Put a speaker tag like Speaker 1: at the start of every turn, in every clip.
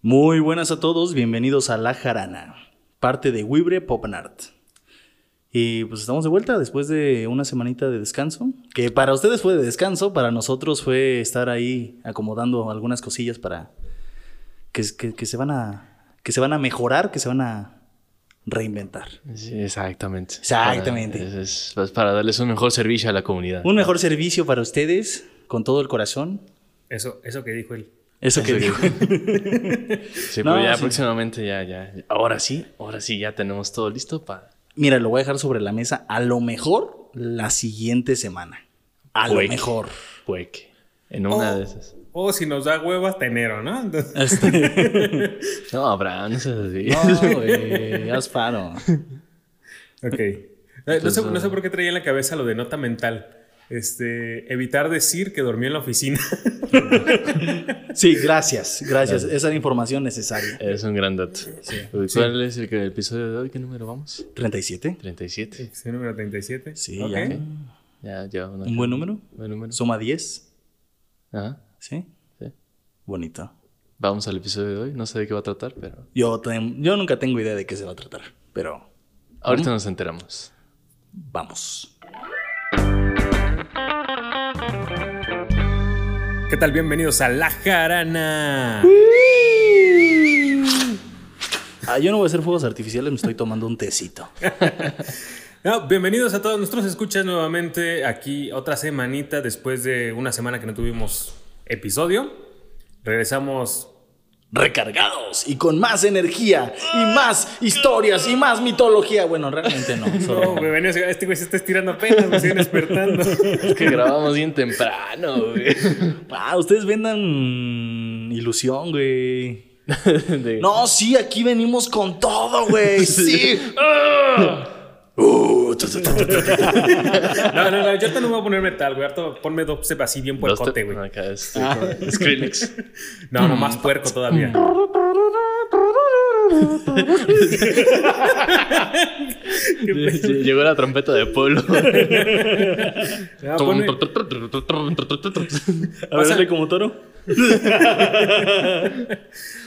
Speaker 1: Muy buenas a todos, bienvenidos a La Jarana, parte de Wibre Pop and Art. Y pues estamos de vuelta después de una semanita de descanso, que para ustedes fue de descanso, para nosotros fue estar ahí acomodando algunas cosillas para que, que- que se, van a, que se van a mejorar, que se van a reinventar.
Speaker 2: Sí, exactamente.
Speaker 1: Exactamente.
Speaker 2: Para, es- es- pues, para darles un mejor servicio a la comunidad.
Speaker 1: Un mejor servicio para ustedes, con todo el corazón.
Speaker 3: Eso, eso que dijo él.
Speaker 1: Eso que
Speaker 2: Eso
Speaker 1: digo.
Speaker 2: Sí,
Speaker 1: No,
Speaker 2: pero ya
Speaker 1: sí.
Speaker 2: próximamente ya, ya. Ahora sí, ahora sí, ya tenemos todo listo para...
Speaker 1: Mira, lo voy a dejar sobre la mesa, a lo mejor la siguiente semana. A lo
Speaker 2: Güey.
Speaker 1: mejor.
Speaker 2: Hueque. En una
Speaker 3: Oh.
Speaker 2: de esas.
Speaker 3: O si nos da huevo hasta enero, ¿no? Entonces,
Speaker 1: Este,
Speaker 2: No, habrá, no seas así.
Speaker 1: no, güey, haz paro.
Speaker 3: ok. Eh, no, sé, no sé por qué traía en la cabeza lo de nota mental. Este, evitar decir que dormí en la oficina.
Speaker 1: Sí, gracias, gracias. Esa es la información necesaria.
Speaker 2: Es un gran dato. Uy, ¿Cuál es el, que- el episodio de hoy? ¿Qué número vamos?
Speaker 1: ¿37?
Speaker 2: 37.
Speaker 3: Sí, número 37.
Speaker 1: Sí,
Speaker 3: Ok.
Speaker 1: ya.
Speaker 2: Ya, ya. una-
Speaker 1: Un buen número.
Speaker 2: Buen número.
Speaker 1: Suma 10,
Speaker 2: Ajá,
Speaker 1: ¿sí?
Speaker 2: sí.
Speaker 1: Bonito.
Speaker 2: Vamos al episodio de hoy. No sé de qué va a tratar, pero
Speaker 1: Yo, ten- yo nunca tengo idea de qué se va a tratar, pero
Speaker 2: ahorita nos enteramos.
Speaker 1: vamos.
Speaker 3: ¿Qué tal? Bienvenidos a La Jarana.
Speaker 1: Ah, yo no voy a hacer fuegos artificiales, me estoy tomando un tecito.
Speaker 3: No, bienvenidos a todos nuestros escuchas nuevamente aquí otra semanita después de una semana que no tuvimos episodio. Regresamos
Speaker 1: Recargados y con más energía y más historias y más mitología. Bueno, realmente no.
Speaker 3: No,
Speaker 1: solo-
Speaker 3: güey, ven, este güey se está estirando apenas, me siguen despertando.
Speaker 2: Es que grabamos bien temprano, güey.
Speaker 1: Ah, ustedes vendan ilusión, güey.
Speaker 2: De-
Speaker 1: No, sí, aquí venimos con todo, güey. Sí. Ah. Uh, tu, tu, tu, tu, tu.
Speaker 3: No, no, no, yo ahorita no me voy a poner metal, güey. Ahorita ponme dos cepas así bien
Speaker 2: Dos
Speaker 3: puercote,
Speaker 2: te-
Speaker 3: güey.
Speaker 2: Acá es
Speaker 1: Ah.
Speaker 2: Skrillex.
Speaker 3: No, no, más puerco todavía.
Speaker 2: Mm. Llegó la trompeta de pueblo.
Speaker 3: No, ponme-
Speaker 1: A ver, dale como toro.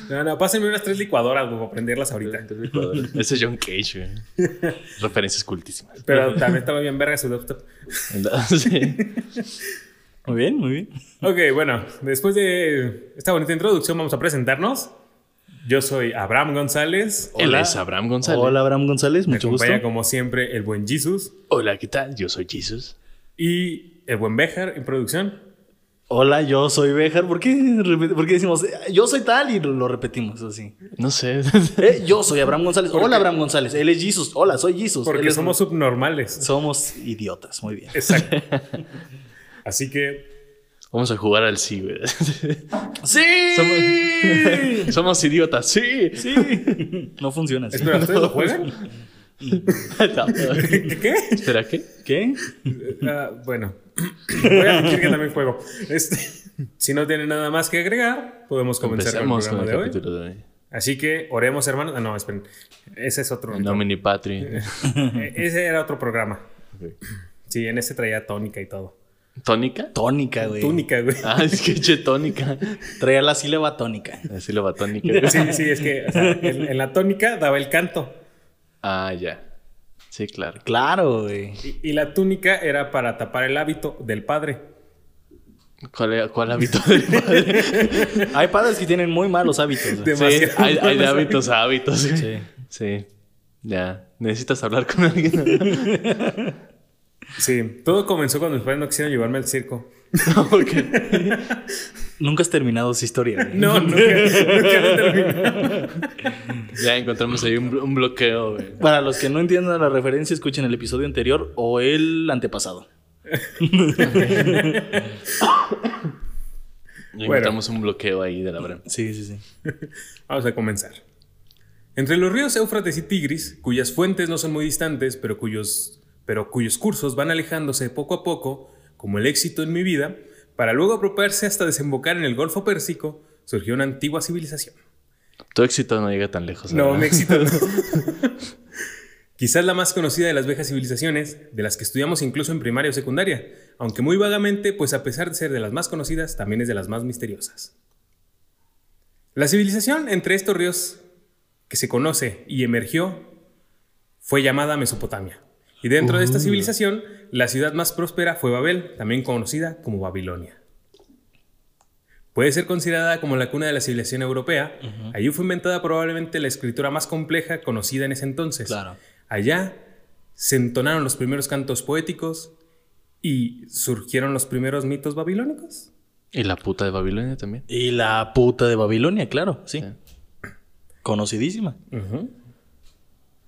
Speaker 3: no, no, pásenme unas tres licuadoras, güey, para prenderlas ahorita.
Speaker 2: Ese es John Cage, güey. Referencias cultísimas.
Speaker 3: Pero también estaba bien verga su laptop.
Speaker 2: Entonces,
Speaker 1: Muy bien, muy bien.
Speaker 3: Ok, bueno, después de esta bonita introducción vamos a presentarnos. Yo soy Abraham González.
Speaker 2: Él
Speaker 1: Hola.
Speaker 2: es Abraham González.
Speaker 1: Hola, Abraham González,
Speaker 3: Me
Speaker 1: Oh, mucho gusto.
Speaker 3: acompaña como siempre el buen Jesus
Speaker 2: Hola, ¿qué tal? Yo soy Jesus.
Speaker 3: y el buen Bejar en producción.
Speaker 1: Hola, yo soy Béjar. ¿Por qué, repet- por qué decimos eh, yo soy tal y lo, lo repetimos así?
Speaker 2: No sé.
Speaker 1: Eh, yo soy Abraham González. Hola, Abraham González. Él es Jesus. Hola, soy Jesus. Pues Él
Speaker 3: Porque
Speaker 1: es-
Speaker 3: somos subnormales.
Speaker 1: Somos idiotas, muy bien.
Speaker 3: Exacto. Así que.
Speaker 2: Vamos a jugar al sí, güey.
Speaker 1: ¡Sí!
Speaker 2: Somos, somos idiotas, sí.
Speaker 1: Sí. No funciona así.
Speaker 3: Espera, ¿ustedes lo juegan?
Speaker 2: No.
Speaker 3: ¿Qué?
Speaker 2: Espera, ¿qué?
Speaker 1: ¿Qué?
Speaker 3: Ah, bueno. Voy a fingir que también juego. Este, si no tienen nada más que agregar, podemos comenzar
Speaker 2: Empecemos
Speaker 3: con
Speaker 2: con el
Speaker 3: el programa de hoy.
Speaker 2: capítulo de hoy.
Speaker 3: Así que oremos, hermanos. Ah, no, esperen. Ese es otro.
Speaker 2: No, mini Patri.
Speaker 3: Eh, Ese era otro programa.
Speaker 2: Ok.
Speaker 3: Sí, en ese traía tónica y todo.
Speaker 2: ¿Tónica?
Speaker 1: Tónica, güey.
Speaker 3: Túnica, güey.
Speaker 2: Ah, es que che, tónica.
Speaker 1: Traer la sílaba tónica.
Speaker 2: Así lo va tónica. güey.
Speaker 3: Sí, sí, es que o sea, en, en la tónica daba el canto.
Speaker 2: Ah, ya. Sí, claro.
Speaker 1: Claro, güey.
Speaker 3: Y, y la túnica era para tapar el hábito del padre.
Speaker 2: ¿Cuál, era- cuál hábito del padre?
Speaker 1: Hay padres que tienen muy malos hábitos. güey.
Speaker 3: De-
Speaker 2: Sí,
Speaker 3: Demasiado.
Speaker 2: hay, hay de hábitos a hábitos. güey.
Speaker 1: Sí.
Speaker 2: Sí. Ya. Necesitas hablar con alguien.
Speaker 3: Sí. Todo comenzó cuando mis padres no quisieron llevarme al circo.
Speaker 2: No, porque
Speaker 1: Nunca has terminado esa historia. güey.
Speaker 3: No, nunca, nunca lo terminé.
Speaker 2: ya encontramos ahí un, blo- un bloqueo, güey.
Speaker 1: Para los que no entiendan la referencia, escuchen el episodio anterior o el antepasado.
Speaker 2: Ya encontramos un bloqueo ahí de la verdad.
Speaker 1: Sí, sí, sí.
Speaker 3: Vamos a comenzar. Entre los ríos Éufrates y Tigris, cuyas fuentes no son muy distantes, pero cuyos, pero cuyos cursos van alejándose poco a poco, como el éxito en mi vida, para luego apropiarse hasta desembocar en el Golfo Pérsico, surgió una antigua civilización.
Speaker 2: Tu éxito no llega tan lejos.
Speaker 3: No,
Speaker 2: ¿verdad?
Speaker 3: me éxito no. Quizás la más conocida de las viejas civilizaciones, de las que estudiamos incluso en primaria o secundaria, aunque muy vagamente, pues a pesar de ser de las más conocidas, también es de las más misteriosas. La civilización entre estos ríos que se conoce y emergió fue llamada Mesopotamia. Y dentro de esta civilización, la ciudad más próspera fue Babel, también conocida como Babilonia. Puede ser considerada como la cuna de la civilización europea. Allí fue inventada probablemente la escritura más compleja conocida en ese entonces.
Speaker 1: Claro.
Speaker 3: Allá se entonaron los primeros cantos poéticos y surgieron los primeros mitos babilónicos.
Speaker 2: Y la puta de Babilonia también.
Speaker 1: Y la puta de Babilonia, claro, sí.
Speaker 2: Sí.
Speaker 1: Conocidísima.
Speaker 3: Ujú.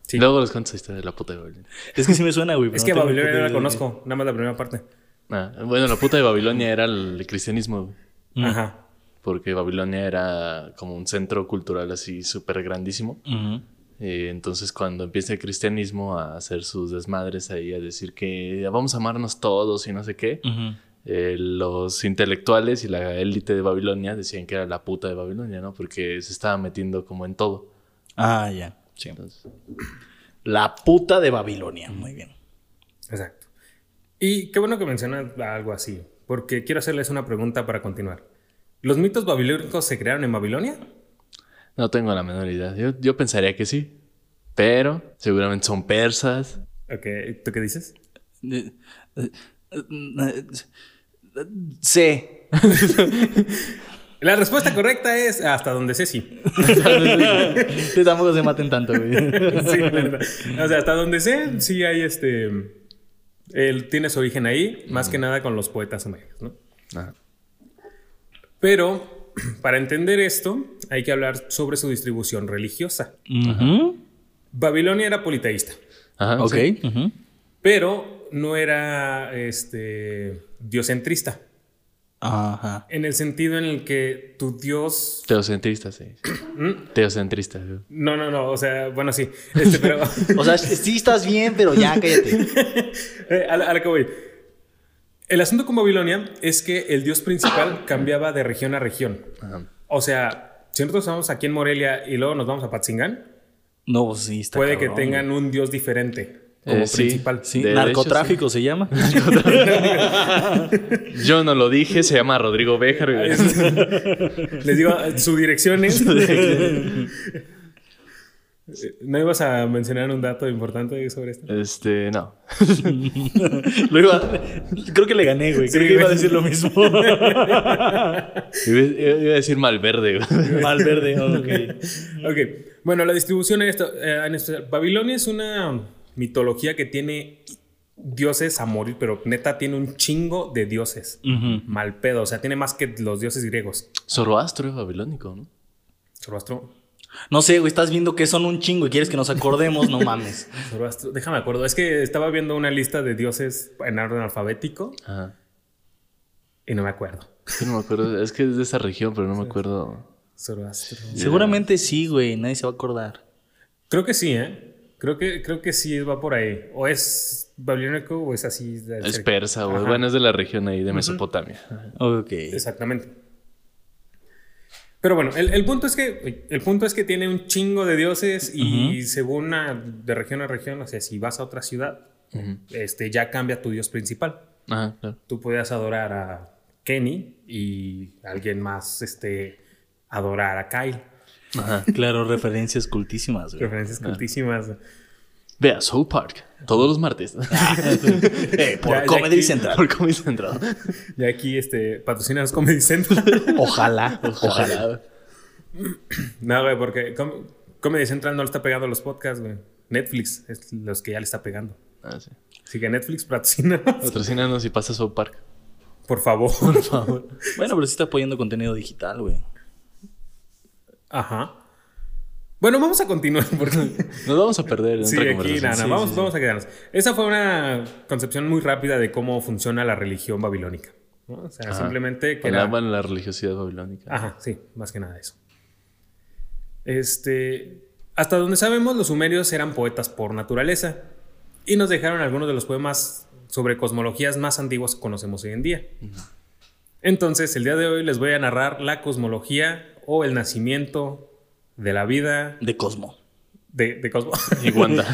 Speaker 3: Sí.
Speaker 2: Luego les cuento esta historia de la puta de Babilonia.
Speaker 1: Es que sí me suena, güey. pero
Speaker 3: Es
Speaker 1: no
Speaker 3: que
Speaker 1: tengo
Speaker 3: Babilonia
Speaker 1: puta
Speaker 3: no la
Speaker 1: idea de-
Speaker 3: conozco, nada más la primera parte.
Speaker 2: Ah, bueno, la puta de Babilonia era el cristianismo, güey.
Speaker 1: Mm.
Speaker 3: Ajá.
Speaker 2: Porque Babilonia era como un centro cultural así súper grandísimo.
Speaker 1: Ujú.
Speaker 2: Eh, entonces, cuando empieza el cristianismo a hacer sus desmadres ahí, a decir que vamos a amarnos todos y no sé qué,
Speaker 1: Ujú.
Speaker 2: eh, los intelectuales y la élite de Babilonia decían que era la puta de Babilonia, ¿no? Porque se estaba metiendo como en todo.
Speaker 1: Ah, ya. Sí.
Speaker 2: Entonces,
Speaker 1: La puta de Babilonia. Muy bien.
Speaker 3: Exacto. Y qué bueno que mencionas algo así, porque quiero hacerles una pregunta para continuar. ¿Los mitos babilónicos se crearon en Babilonia?
Speaker 2: no tengo la menor idea. Yo, yo pensaría que sí, pero seguramente son persas.
Speaker 3: Ok, ¿tú qué dices?
Speaker 1: Eh, eh, eh, Sí.
Speaker 3: La respuesta correcta es hasta donde sé sí.
Speaker 1: Ustedes tampoco se maten tanto, güey.
Speaker 3: Sí, la verdad. O sea, hasta donde sé, sí hay este. Él tiene su origen ahí, más que nada con los poetas sumerios, ¿no?
Speaker 2: Ah,
Speaker 3: Pero para entender esto, hay que hablar sobre su distribución religiosa.
Speaker 1: Ujú.
Speaker 3: Babilonia era politeísta,
Speaker 2: Ajá,
Speaker 1: Ok.
Speaker 2: sí.
Speaker 1: Ujú.
Speaker 3: pero no era este, diocentrista,
Speaker 1: Ajá.
Speaker 3: en el sentido en el que tu dios...
Speaker 2: Teocentrista, sí. Teocentrista. sí.
Speaker 3: No, no, no, o sea, bueno, sí, este, pero
Speaker 1: O sea, sí estás bien, pero ya cállate.
Speaker 3: eh, a, la- a la que voy. El asunto con Babilonia es que el dios principal cambiaba de región a región.
Speaker 2: Ajá.
Speaker 3: O sea, si nosotros estamos aquí en Morelia y luego nos vamos a Patzingán,
Speaker 1: No, pues sí, está
Speaker 3: puede
Speaker 1: cabrón,
Speaker 3: que tengan un dios diferente como
Speaker 2: Eh, sí.
Speaker 3: principal.
Speaker 1: güey. Sí,
Speaker 2: De- de
Speaker 1: narcotráfico se llama.
Speaker 2: Yo no lo dije, se llama Rodrigo Béjar. güey.
Speaker 3: Les digo, su dirección es. Eh, ¿No ibas a mencionar un dato importante sobre esto?
Speaker 2: Este, no.
Speaker 1: Lo iba- Creo que le gané, güey. Creo
Speaker 3: Sí,
Speaker 1: que iba a
Speaker 3: güey.
Speaker 1: decir lo mismo.
Speaker 2: Iba, iba a decir Malverde. güey.
Speaker 1: Malverde, ok.
Speaker 3: Ok. Bueno, la distribución en esto. eh, en esto- Babilonia es una mitología que tiene dioses a morir, pero neta tiene un chingo de dioses. Mal pedo. O sea, tiene más que los dioses griegos.
Speaker 2: Zoroastro es babilónico, ¿no?
Speaker 3: Zoroastro.
Speaker 1: No sé, güey, estás viendo que son un chingo y quieres que nos acordemos, no mames.
Speaker 3: Zoroastro. Déjame acuerdo. Es que estaba viendo una lista de dioses en orden alfabético
Speaker 2: Ajá.
Speaker 3: y no me acuerdo.
Speaker 2: Sí, no me acuerdo. Es que es de esa región, pero no me acuerdo.
Speaker 3: Zoroastro.
Speaker 1: Seguramente sí, güey, nadie se va a acordar.
Speaker 3: Creo que sí, ¿eh? Creo que, creo que sí va por ahí. O es babilónico o es así. de
Speaker 2: Es
Speaker 3: cerca.
Speaker 2: persa, güey.
Speaker 3: Ajá,
Speaker 2: Bueno, es de la región ahí de Mesopotamia.
Speaker 1: Ok.
Speaker 3: Exactamente. Pero bueno, el, el punto es que el punto es que tiene un chingo de dioses y según a- de región a región, o sea, si vas a otra ciudad, este ya cambia tu dios principal.
Speaker 2: Ajá, claro.
Speaker 3: Tú podías adorar a Kenny y alguien más este adorar a Kyle.
Speaker 2: Ajá.
Speaker 1: Ah, Claro, referencias cultísimas, güey.
Speaker 3: Referencias cultísimas.
Speaker 2: Vea, South Park. Todos los martes.
Speaker 3: Ah,
Speaker 1: Eh, por
Speaker 3: Ya- ya
Speaker 1: Comedy
Speaker 3: aquí-
Speaker 1: Central.
Speaker 2: Por Comedy Central.
Speaker 3: Y aquí este patrocinas Comedy Central.
Speaker 1: Ojalá, ojalá.
Speaker 2: Ojalá.
Speaker 3: No, güey, porque Com- Comedy Central no le está pegando a los podcasts, güey. Netflix es los que ya le está pegando.
Speaker 2: Ah, sí.
Speaker 3: Así que Netflix patrocina,
Speaker 2: Patrocínanos y pasa South Park.
Speaker 3: por favor.
Speaker 1: Por favor. Bueno, pero sí está apoyando contenido digital, güey.
Speaker 3: Ajá. Bueno, vamos a continuar porque
Speaker 2: Nos vamos a perder en
Speaker 3: sí,
Speaker 2: otra
Speaker 3: aquí
Speaker 2: conversación.
Speaker 3: nada,
Speaker 2: Sí,
Speaker 3: vamos,
Speaker 2: sí, sí.
Speaker 3: vamos a quedarnos. Esa fue una concepción muy rápida de cómo funciona la religión babilónica. ¿no? O sea,
Speaker 2: Ajá.
Speaker 3: simplemente que Ah. era-
Speaker 2: Hablaban de la religiosidad babilónica.
Speaker 3: Ajá, sí, más que nada eso. Este, hasta donde sabemos, los sumerios eran poetas por naturaleza y nos dejaron algunos de los poemas sobre cosmologías más antiguos que conocemos hoy en día. Entonces, el día de hoy les voy a narrar la cosmología o el nacimiento de la vida
Speaker 1: De Cosmo.
Speaker 3: de, de Cosmo.
Speaker 2: Y Wanda.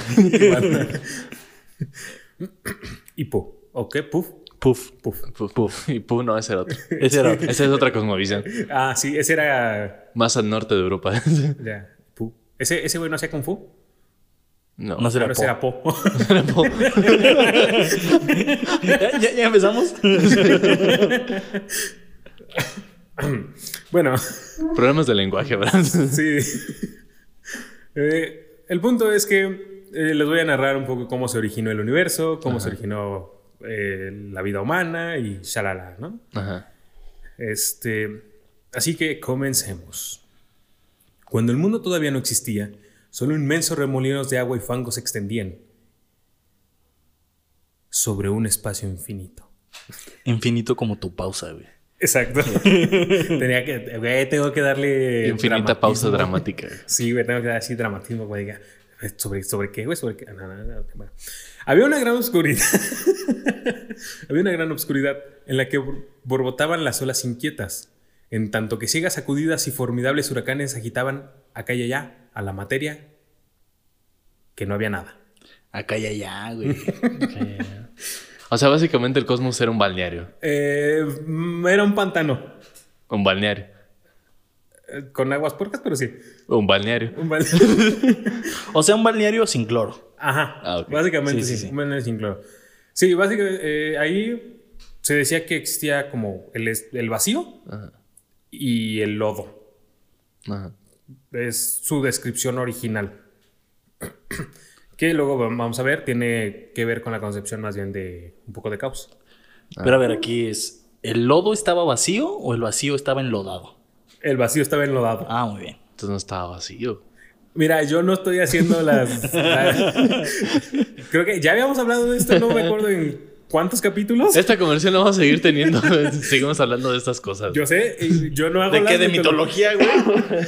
Speaker 3: y Po. ¿O qué? Puf.
Speaker 1: Puf.
Speaker 3: Puf.
Speaker 2: Puf, puf. Y Puf no, ese era otro.
Speaker 1: Ese era otro.
Speaker 2: Esa es otra cosmovisión.
Speaker 3: Ah, sí, ese era.
Speaker 2: Más al norte de Europa.
Speaker 3: Ya. Pu. ¿Ese, ese güey no hacía Kung Fu.
Speaker 2: No.
Speaker 1: No será
Speaker 3: Pero
Speaker 1: po.
Speaker 3: ese era Po.
Speaker 1: ¿Ya, ya- ya empezamos?
Speaker 3: bueno,
Speaker 2: Problemas de lenguaje, ¿verdad?
Speaker 3: sí. Eh, el punto es que eh, les voy a narrar un poco cómo se originó el universo, cómo se originó eh, la vida humana y shalala, ¿no?
Speaker 2: Ajá.
Speaker 3: Este, así que comencemos. Cuando el mundo todavía no existía, solo inmensos remolinos de agua y fango se extendían sobre un espacio infinito.
Speaker 1: Infinito como tu pausa, güey.
Speaker 3: Exacto. Tenía que, güey, tengo que darle
Speaker 2: Infinita
Speaker 3: Eh, dramatismo.
Speaker 2: pausa dramática.
Speaker 3: Sí, güey, tengo que dar así dramatismo, güey. diga, ¿Sobre, ¿Sobre qué, güey? ¿Sobre qué? Ah, no, no, no, bueno. Había una gran oscuridad. Había una gran oscuridad en la que bor- borbotaban las olas inquietas, en tanto que ciegas sacudidas y formidables huracanes agitaban acá y allá a la materia que no había nada.
Speaker 1: Acá y allá, güey.
Speaker 2: O sea, básicamente el cosmos era un balneario.
Speaker 3: Eh, mm, era un pantano
Speaker 2: Un balneario.
Speaker 3: eh, con aguas puercas, pero sí.
Speaker 2: Un balneario.
Speaker 3: Un bal-
Speaker 1: O sea, un balneario sin cloro.
Speaker 3: Ajá.
Speaker 2: Ah, ok.
Speaker 3: Básicamente,
Speaker 1: Sí,
Speaker 3: sí,
Speaker 1: sí, sí.
Speaker 3: bueno, sin cloro. Sí, básicamente eh, ahí se decía que existía como el, es- el vacío
Speaker 2: Ajá.
Speaker 3: y el lodo.
Speaker 2: Ajá.
Speaker 3: Es su descripción original. que luego vam- vamos a ver, tiene que ver con la concepción más bien de un poco de caos.
Speaker 2: Ah.
Speaker 1: Pero a ver, aquí es... ¿El lodo estaba vacío o el vacío estaba enlodado?
Speaker 3: El vacío estaba enlodado.
Speaker 1: Ah, muy bien.
Speaker 2: Entonces no estaba vacío.
Speaker 3: Mira, yo no estoy haciendo las. la- Creo que ya habíamos hablado de esto, no me acuerdo en cuántos capítulos.
Speaker 2: Esta conversión la vamos a seguir teniendo. Seguimos hablando de estas cosas.
Speaker 3: Yo sé, y yo no hago
Speaker 1: ¿De qué?
Speaker 3: las
Speaker 1: ¿De
Speaker 3: mitolo-
Speaker 1: mitología, güey?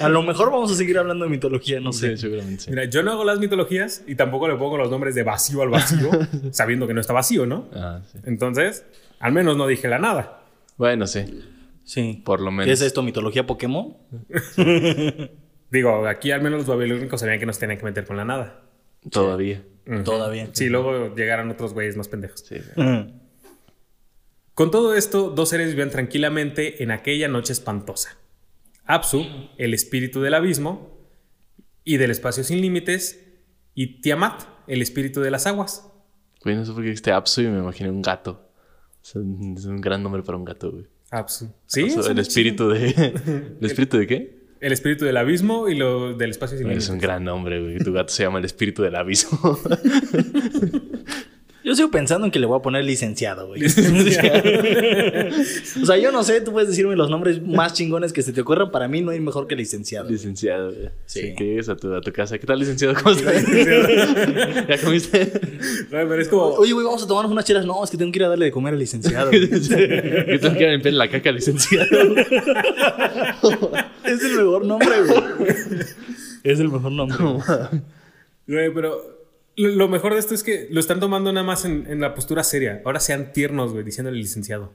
Speaker 1: A lo mejor vamos a seguir hablando de mitología, no sé.
Speaker 2: Sí, seguramente sí.
Speaker 3: Mira, yo no hago las mitologías y tampoco le pongo los nombres de vacío al vacío, sabiendo que no está vacío, ¿no?
Speaker 2: Ah, sí.
Speaker 3: Entonces, al menos no dije la nada.
Speaker 2: Bueno, sí.
Speaker 1: Sí.
Speaker 2: Por lo menos.
Speaker 1: ¿Qué es esto? ¿Mitología Pokémon?
Speaker 3: Digo, aquí al menos los babilónicos sabían que no se tenían que meter con la nada.
Speaker 2: Todavía.
Speaker 3: Ujú.
Speaker 1: Todavía.
Speaker 3: Sí, luego llegaron otros güeyes más pendejos.
Speaker 2: Sí. sí.
Speaker 1: Ujú.
Speaker 3: Con todo esto, dos seres vivían tranquilamente en aquella noche espantosa. Apsu, el espíritu del abismo y del espacio sin límites, y Tiamat, el espíritu de las aguas.
Speaker 2: Güey, no sé por qué este Apsu y me imaginé un gato. Es un, es un gran nombre para un gato, güey.
Speaker 3: Apsu. Sí,
Speaker 2: O sea,
Speaker 3: es
Speaker 2: el
Speaker 3: un-
Speaker 2: espíritu de. ¿El espíritu de qué?
Speaker 3: El espíritu del abismo y lo del espacio sin límites.
Speaker 2: Es un gran nombre, güey. Tu gato se llama el espíritu del abismo.
Speaker 1: Yo sigo pensando en que le voy a poner licenciado, güey. o sea, yo no sé, tú puedes decirme los nombres más chingones que se te ocurran. Para mí no hay mejor que licenciado.
Speaker 2: licenciado, güey.
Speaker 1: Sí.
Speaker 2: Sí. Que llegues a tu, a tu casa. ¿Qué tal, licenciado? ¿Cómo estás? ¿Ya comiste?
Speaker 3: No, pero es como.
Speaker 1: Oye, güey, vamos a tomarnos unas chelas. No, es que tengo que ir a darle de comer al licenciado. güey.
Speaker 2: Yo tengo que ir a limpiar la caca, licenciado.
Speaker 1: es el mejor nombre, güey. Es el mejor nombre. güey.
Speaker 3: Güey, pero lo, lo mejor de esto es que lo están tomando nada más en, en la postura seria. Ahora sean tiernos, güey, diciéndole licenciado.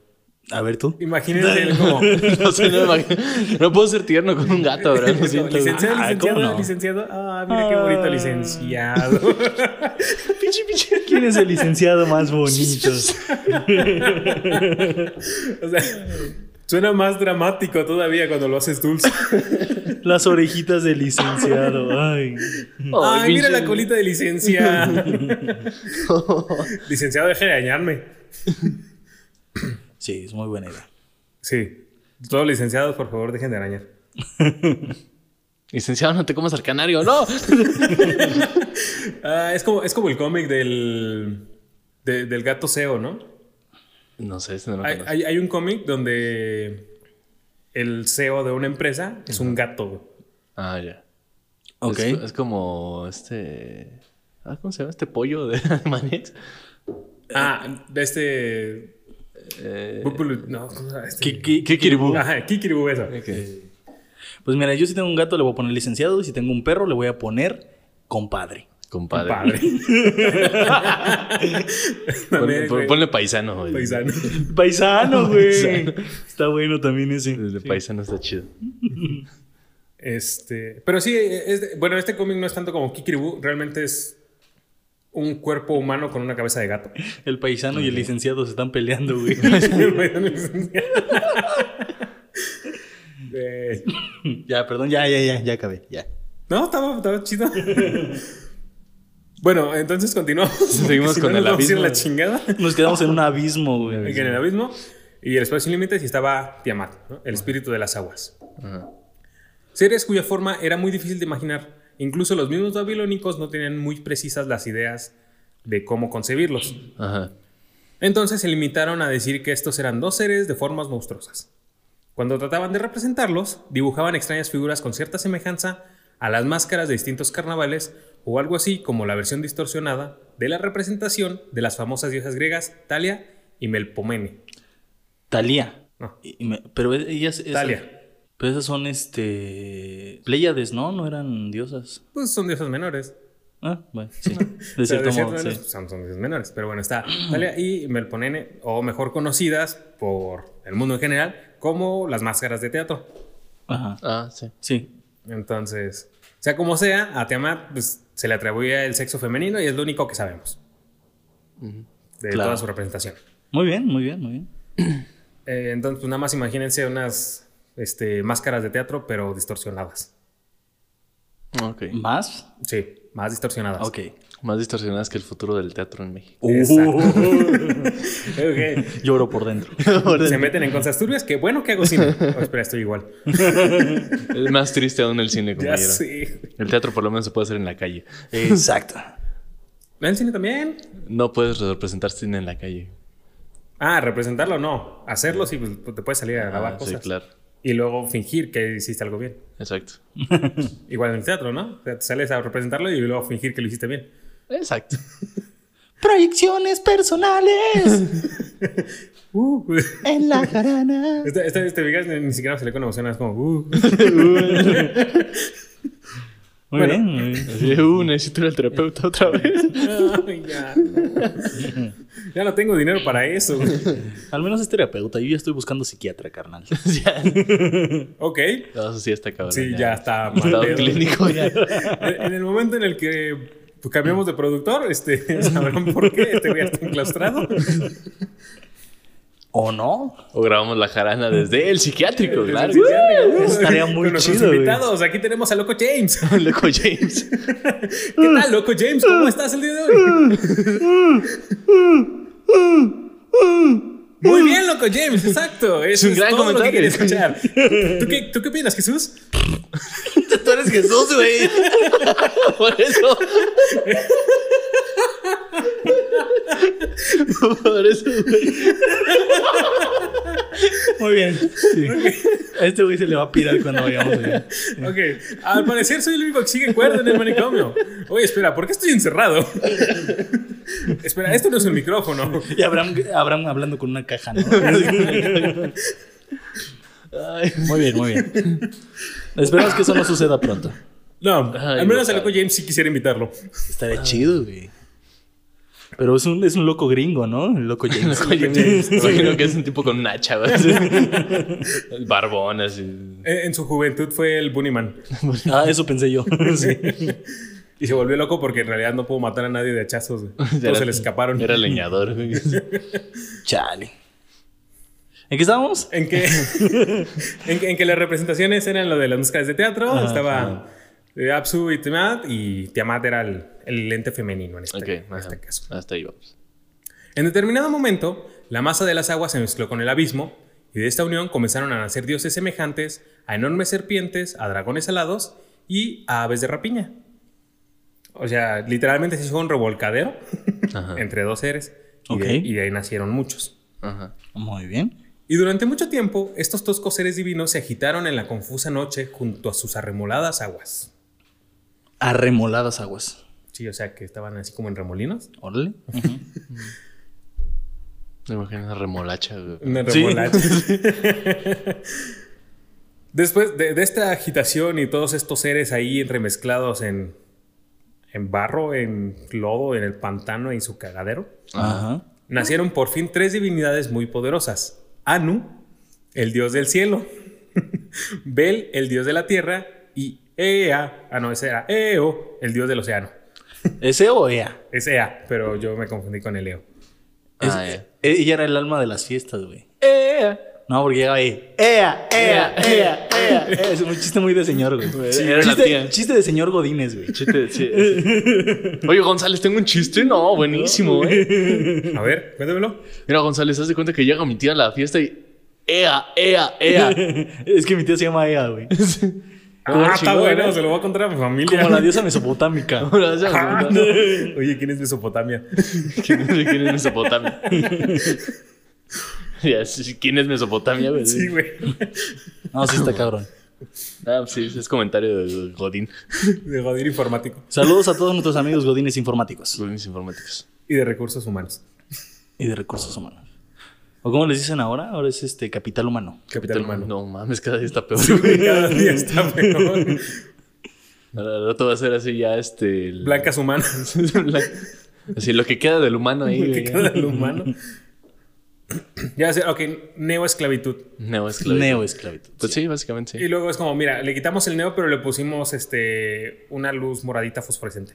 Speaker 1: A ver tú.
Speaker 3: Imagínense él como.
Speaker 2: No sé, no, me imagino. no puedo ser tierno con un gato, bro. Lo siento. güey.
Speaker 3: Licenciado,
Speaker 1: Ah, ¿cómo
Speaker 3: licenciado,
Speaker 1: no?
Speaker 3: licenciado. Ah, mira qué bonito licenciado.
Speaker 1: ¿Quién es el licenciado más bonito?
Speaker 3: o sea, suena más dramático todavía cuando lo haces dulce.
Speaker 1: Las orejitas del licenciado. Ay.
Speaker 2: Ay,
Speaker 3: Ay, mira
Speaker 2: pinche-
Speaker 3: la colita de licenciado. licenciado, deje de dañarme.
Speaker 1: Sí, es muy buena idea.
Speaker 3: Sí. Todos licenciados, por favor, dejen de arañar.
Speaker 2: Licenciado, no te comas al canario. ¡No!
Speaker 3: Ah, es como, es como el cómic del, de- del gato Seo, ¿no?
Speaker 2: No sé, este no lo
Speaker 3: Hay,
Speaker 2: conozco.
Speaker 3: hay- hay un cómic donde el CEO de una empresa es un gato. güey.
Speaker 2: Ah, ya.
Speaker 1: Ok.
Speaker 2: Es, es como este. Ah, ¿cómo se llama? Este pollo de Animaniacs.
Speaker 3: Ah, de este.
Speaker 2: Eh,
Speaker 3: Bupulu- no, ¿cómo se llama este?
Speaker 1: ¿Qué, qué,
Speaker 2: Kikiribú.
Speaker 3: Ajá, Kikiribú, eso.
Speaker 2: Ok.
Speaker 1: Pues mira, yo si tengo un gato le voy a poner licenciado y si tengo un perro le voy a poner compadre.
Speaker 2: Compadre.
Speaker 3: Padre.
Speaker 2: Ponle,
Speaker 3: También,
Speaker 2: pon-
Speaker 3: güey,
Speaker 2: ponle paisano, güey.
Speaker 3: paisano.
Speaker 1: Paisano, güey.
Speaker 2: Paisano.
Speaker 1: Está bueno también ese.
Speaker 2: El de paisano está chido.
Speaker 3: Este, pero sí, es de- bueno, este cómic no es tanto como Kikiribú, realmente es un cuerpo humano con una cabeza de gato.
Speaker 1: El paisano y el licenciado se están peleando, güey.
Speaker 3: Eh,
Speaker 1: ya, perdón, ya, ya, ya, ya acabé, ya.
Speaker 3: no, estaba, estaba chido. bueno, entonces continuamos. porque
Speaker 2: Seguimos
Speaker 3: si
Speaker 2: con
Speaker 3: no
Speaker 2: el
Speaker 3: nos vamos a ir
Speaker 2: abismo.
Speaker 3: la chingada.
Speaker 1: Nos quedamos en un abismo,
Speaker 3: Y que
Speaker 1: güey.
Speaker 3: en el abismo y el espacio sin límites y estaba Tiamat, ¿no? el espíritu de las aguas.
Speaker 2: Ajá.
Speaker 3: Seres cuya forma era muy difícil de imaginar. Incluso los mismos babilónicos no tenían muy precisas las ideas de cómo concebirlos.
Speaker 2: Ajá.
Speaker 3: Entonces se limitaron a decir que estos eran dos seres de formas monstruosas. Cuando trataban de representarlos, dibujaban extrañas figuras con cierta semejanza a las máscaras de distintos carnavales o algo así como la versión distorsionada de la representación de las famosas diosas griegas Talia y Melpomene.
Speaker 1: Talía.
Speaker 3: No.
Speaker 1: Y- y me- pero e, ellas. esas-
Speaker 3: Talia.
Speaker 1: Pero esas son, este. Pléyades, ¿no? No eran diosas.
Speaker 3: Pues son diosas menores.
Speaker 1: Ah, bueno, sí.
Speaker 3: O
Speaker 1: De
Speaker 3: sea,
Speaker 1: cierto
Speaker 3: de
Speaker 1: modo,
Speaker 3: cierto
Speaker 1: sí.
Speaker 3: menos, son, son diosas menores. Pero bueno, está Talia y Melpomene, o mejor conocidas por el mundo en general, como las máscaras de teatro.
Speaker 1: Ajá.
Speaker 2: Ah, sí.
Speaker 1: Sí.
Speaker 3: Entonces, sea como sea, a Tiamat pues, se le atribuía el sexo femenino y es lo único que sabemos de
Speaker 1: Claro.
Speaker 3: toda su representación.
Speaker 1: Muy bien, muy bien, muy bien.
Speaker 3: Eh, entonces, pues, nada más imagínense unas este, máscaras de teatro, pero distorsionadas.
Speaker 2: Ok.
Speaker 1: ¿Más?
Speaker 3: Sí, más distorsionadas.
Speaker 1: Ok.
Speaker 2: Más distorsionadas que el futuro del teatro en México.
Speaker 3: Exacto.
Speaker 2: Uh.
Speaker 3: Ok.
Speaker 1: Lloro por dentro.
Speaker 3: Se meten en cosas turbias, que bueno que hago cine. Oh, espera, estoy igual.
Speaker 2: Es más triste aún el cine,
Speaker 3: Ya
Speaker 2: compañero.
Speaker 3: sí.
Speaker 2: El teatro por lo menos se puede hacer en la calle.
Speaker 1: Exacto.
Speaker 3: ¿El cine también?
Speaker 2: No puedes representar cine en la calle.
Speaker 3: Ah, representarlo no. Hacerlo sí, pues, te puedes salir a grabar
Speaker 2: Ah, sí,
Speaker 3: cosas.
Speaker 2: claro.
Speaker 3: Y luego fingir que hiciste algo bien.
Speaker 2: Exacto.
Speaker 3: Igual en el teatro, ¿no? O sea, te sales a representarlo y luego fingir que lo hiciste bien.
Speaker 2: Exacto.
Speaker 1: Proyecciones personales
Speaker 3: Uh,
Speaker 1: en la jarana.
Speaker 3: esta, esta, esta vigas ni ni siquiera se le con emoción, es como. uh.
Speaker 1: Muy
Speaker 3: Bueno.
Speaker 1: bien, muy bien.
Speaker 2: Así, uh, necesito ir al terapeuta otra vez.
Speaker 3: Ay, ya. ya no tengo dinero para eso.
Speaker 1: Al menos es terapeuta. Yo ya estoy buscando psiquiatra, carnal.
Speaker 2: ya.
Speaker 3: Ok.
Speaker 2: No, eso sí está cabrón.
Speaker 3: Sí, ya está mal
Speaker 2: Estado
Speaker 3: pedo.
Speaker 2: clínico ya.
Speaker 3: En en el momento en el que pues, cambiamos de productor, este, sabrán por qué. Este güey está enclaustrado.
Speaker 1: ¿O no?
Speaker 2: O grabamos la jarana desde el psiquiátrico, claro.
Speaker 1: Estaría muy
Speaker 3: Con nuestros
Speaker 1: chido, güey.
Speaker 3: invitados. Aquí tenemos a Loco James.
Speaker 2: Loco James.
Speaker 3: ¿Qué tal, Loco James? ¿Cómo estás el día de hoy? Muy bien, Loco James, exacto. Eso
Speaker 2: un
Speaker 3: es
Speaker 2: gran
Speaker 3: todo lo que
Speaker 2: comentario.
Speaker 3: quería escuchar. ¿Tú qué, ¿Tú qué opinas, Jesús?
Speaker 1: Tú eres Jesús, güey.
Speaker 2: Por eso. Por eso, güey.
Speaker 1: Muy bien. sí. A este güey se le va a pirar cuando vayamos allá.
Speaker 3: Ok, al parecer soy el único que sigue en cuerda en el manicomio. Oye, espera, ¿por qué estoy encerrado? espera, esto no es el micrófono.
Speaker 1: Y Abraham, Abraham hablando con una caja, ¿no?
Speaker 2: Ay.
Speaker 1: Muy bien, muy bien. Esperemos que eso no suceda pronto.
Speaker 3: No,
Speaker 2: Ay,
Speaker 3: al menos a
Speaker 2: no.
Speaker 3: Loco James sí quisiera invitarlo.
Speaker 1: Estaría chido, güey. Pero es un, es un loco gringo, ¿no? El loco James.
Speaker 2: Loco James. Me imagino que es un tipo con un hacha, güey. Así. El Barbón, así.
Speaker 3: Eh, En su juventud fue el Bunnyman.
Speaker 1: Ah, eso pensé yo. Sí.
Speaker 3: Y se volvió loco porque en realidad no pudo matar a nadie de hachazos. güey. Todos
Speaker 2: Era-
Speaker 3: se le escaparon.
Speaker 2: Era leñador, güey.
Speaker 1: Chale. ¿En qué estábamos?
Speaker 3: En que, en, que, en que las representaciones eran lo de las máscaras de teatro. estaba eh, Apsu y Tiamat. Y Tiamat era el, el ente femenino en este,
Speaker 2: Ok,
Speaker 3: en
Speaker 2: ajá.
Speaker 3: este caso.
Speaker 2: Hasta ahí vamos.
Speaker 3: En determinado momento, la masa de las aguas se mezcló con el abismo. Y de esta unión comenzaron a nacer dioses semejantes a enormes serpientes, a dragones alados y a aves de rapiña. O sea, literalmente se hizo un revolcadero
Speaker 2: Ajá.
Speaker 3: entre dos seres. Y, de-
Speaker 1: Ok.
Speaker 3: y de ahí nacieron muchos.
Speaker 2: Ajá.
Speaker 1: Muy bien.
Speaker 3: Y durante mucho tiempo, estos toscos seres divinos se agitaron en la confusa noche junto a sus arremoladas aguas.
Speaker 1: Arremoladas aguas.
Speaker 3: Sí, o sea, que estaban así como en remolinos.
Speaker 1: Órale.
Speaker 2: Me imagino una remolacha, güey.
Speaker 3: Una
Speaker 1: Sí.
Speaker 3: remolacha. Después de, de esta agitación y todos estos seres ahí remezclados en, en barro, en lodo, en el pantano y su cagadero,
Speaker 1: Ajá.
Speaker 3: nacieron por fin tres divinidades muy poderosas. Anu, el dios del cielo, Bel, el dios de la tierra, y Ea, ah no, ese era Eo, el dios del océano.
Speaker 1: ¿Ese o ella?
Speaker 3: Es Ea, pero yo me confundí con Eleo.
Speaker 1: Es- e,
Speaker 2: Ah, ya.
Speaker 1: Ella era el alma de las fiestas, güey. No, porque llegaba ahí. ¡Ea! ¡Ea! ¡Ea! ¡Ea! ea. Es un chiste muy de señor, güey.
Speaker 2: Sí, era la
Speaker 1: chiste,
Speaker 2: tía.
Speaker 1: chiste de señor Godínez, güey.
Speaker 2: Chiste, sí, sí. Oye, González, tengo un chiste. No, buenísimo, ¿eh?
Speaker 3: A ver, cuéntamelo.
Speaker 2: Mira, González, haz de cuenta que llega mi tía a la fiesta y. ¡Ea, ea, ea!
Speaker 1: es que mi tía se llama Ea, güey.
Speaker 2: Como
Speaker 3: Ah, está
Speaker 2: chingón,
Speaker 3: bueno,
Speaker 2: ¿eh?
Speaker 3: se lo voy a contar a mi familia.
Speaker 1: Como la diosa mesopotámica.
Speaker 2: Ahora, ¿sabes?
Speaker 3: Ah, no. Oye, ¿quién es Mesopotamia?
Speaker 2: ¿Quién, es- quién es Mesopotamia? Ya, sí, ¿Quién es Mesopotamia? güey?
Speaker 3: Sí, güey.
Speaker 1: No, sí está cabrón.
Speaker 2: Ah, sí, es comentario de Godín.
Speaker 3: De Jodir informático
Speaker 1: Saludos a todos nuestros amigos Godines informáticos
Speaker 2: Godines informáticos.
Speaker 3: y de recursos humanos.
Speaker 1: y de recursos humanos. ¿O cómo les dicen ahora? Ahora es este capital humano.
Speaker 3: Capital humano.
Speaker 2: No mames, cada día está peor.
Speaker 3: Cada día está peor.
Speaker 2: Ahora el rato va a ser así ya este. el-
Speaker 3: Blancas humanas.
Speaker 2: Blan- Así lo que queda del humano ahí.
Speaker 3: que
Speaker 2: güey.
Speaker 3: queda del humano. Ya sé, ok, neoesclavitud.
Speaker 2: Neo esclavitud.
Speaker 1: Neoesclavitud.
Speaker 2: Pues sí, básicamente
Speaker 3: Y
Speaker 2: sí.
Speaker 3: luego es como, mira, le quitamos el neo, pero le pusimos este una luz moradita fosforescente.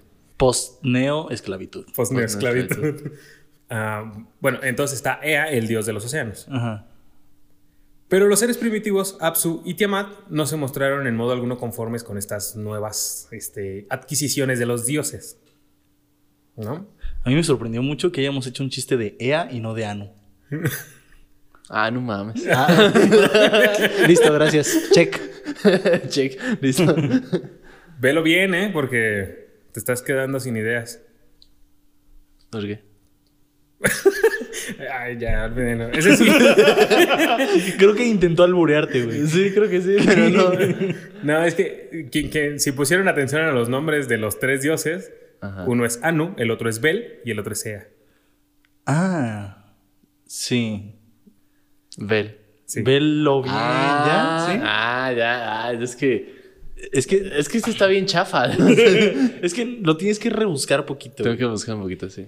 Speaker 1: Post-neoesclavitud.
Speaker 3: Pues neoesclavitud. Ah, bueno, entonces está Ea, el dios de los océanos.
Speaker 1: Ajá.
Speaker 3: Pero los seres primitivos, Apsu y Tiamat, no se mostraron en modo alguno conformes con estas nuevas este, adquisiciones de los dioses. ¿No?
Speaker 1: A mí me sorprendió mucho que hayamos hecho un chiste de Ea y no de Anu.
Speaker 2: Ah, no mames.
Speaker 1: Ah. Listo, gracias. Check.
Speaker 2: Check. Listo.
Speaker 3: Velo bien, ¿eh? Porque te estás quedando sin ideas.
Speaker 2: ¿Por qué?
Speaker 3: Ay, ya, olvídenlo. Ese sí.
Speaker 1: Creo que intentó alburearte, güey.
Speaker 2: Sí, creo que sí, pero no.
Speaker 3: No, es que, que- que si pusieron atención a los nombres de los tres dioses,
Speaker 2: Ajá.
Speaker 3: uno es Anu, el otro es Bel y el otro es Ea.
Speaker 1: Ah, sí.
Speaker 2: Bel.
Speaker 3: Sí.
Speaker 1: Velo bien,
Speaker 2: Ah,
Speaker 1: ¿ya?
Speaker 2: Ah, ya. Ah, es que.
Speaker 1: ¿Sí? Es que,
Speaker 2: Es que este está bien chafa.
Speaker 1: es que lo tienes que rebuscar poquito.
Speaker 2: Tengo que buscar un poquito así.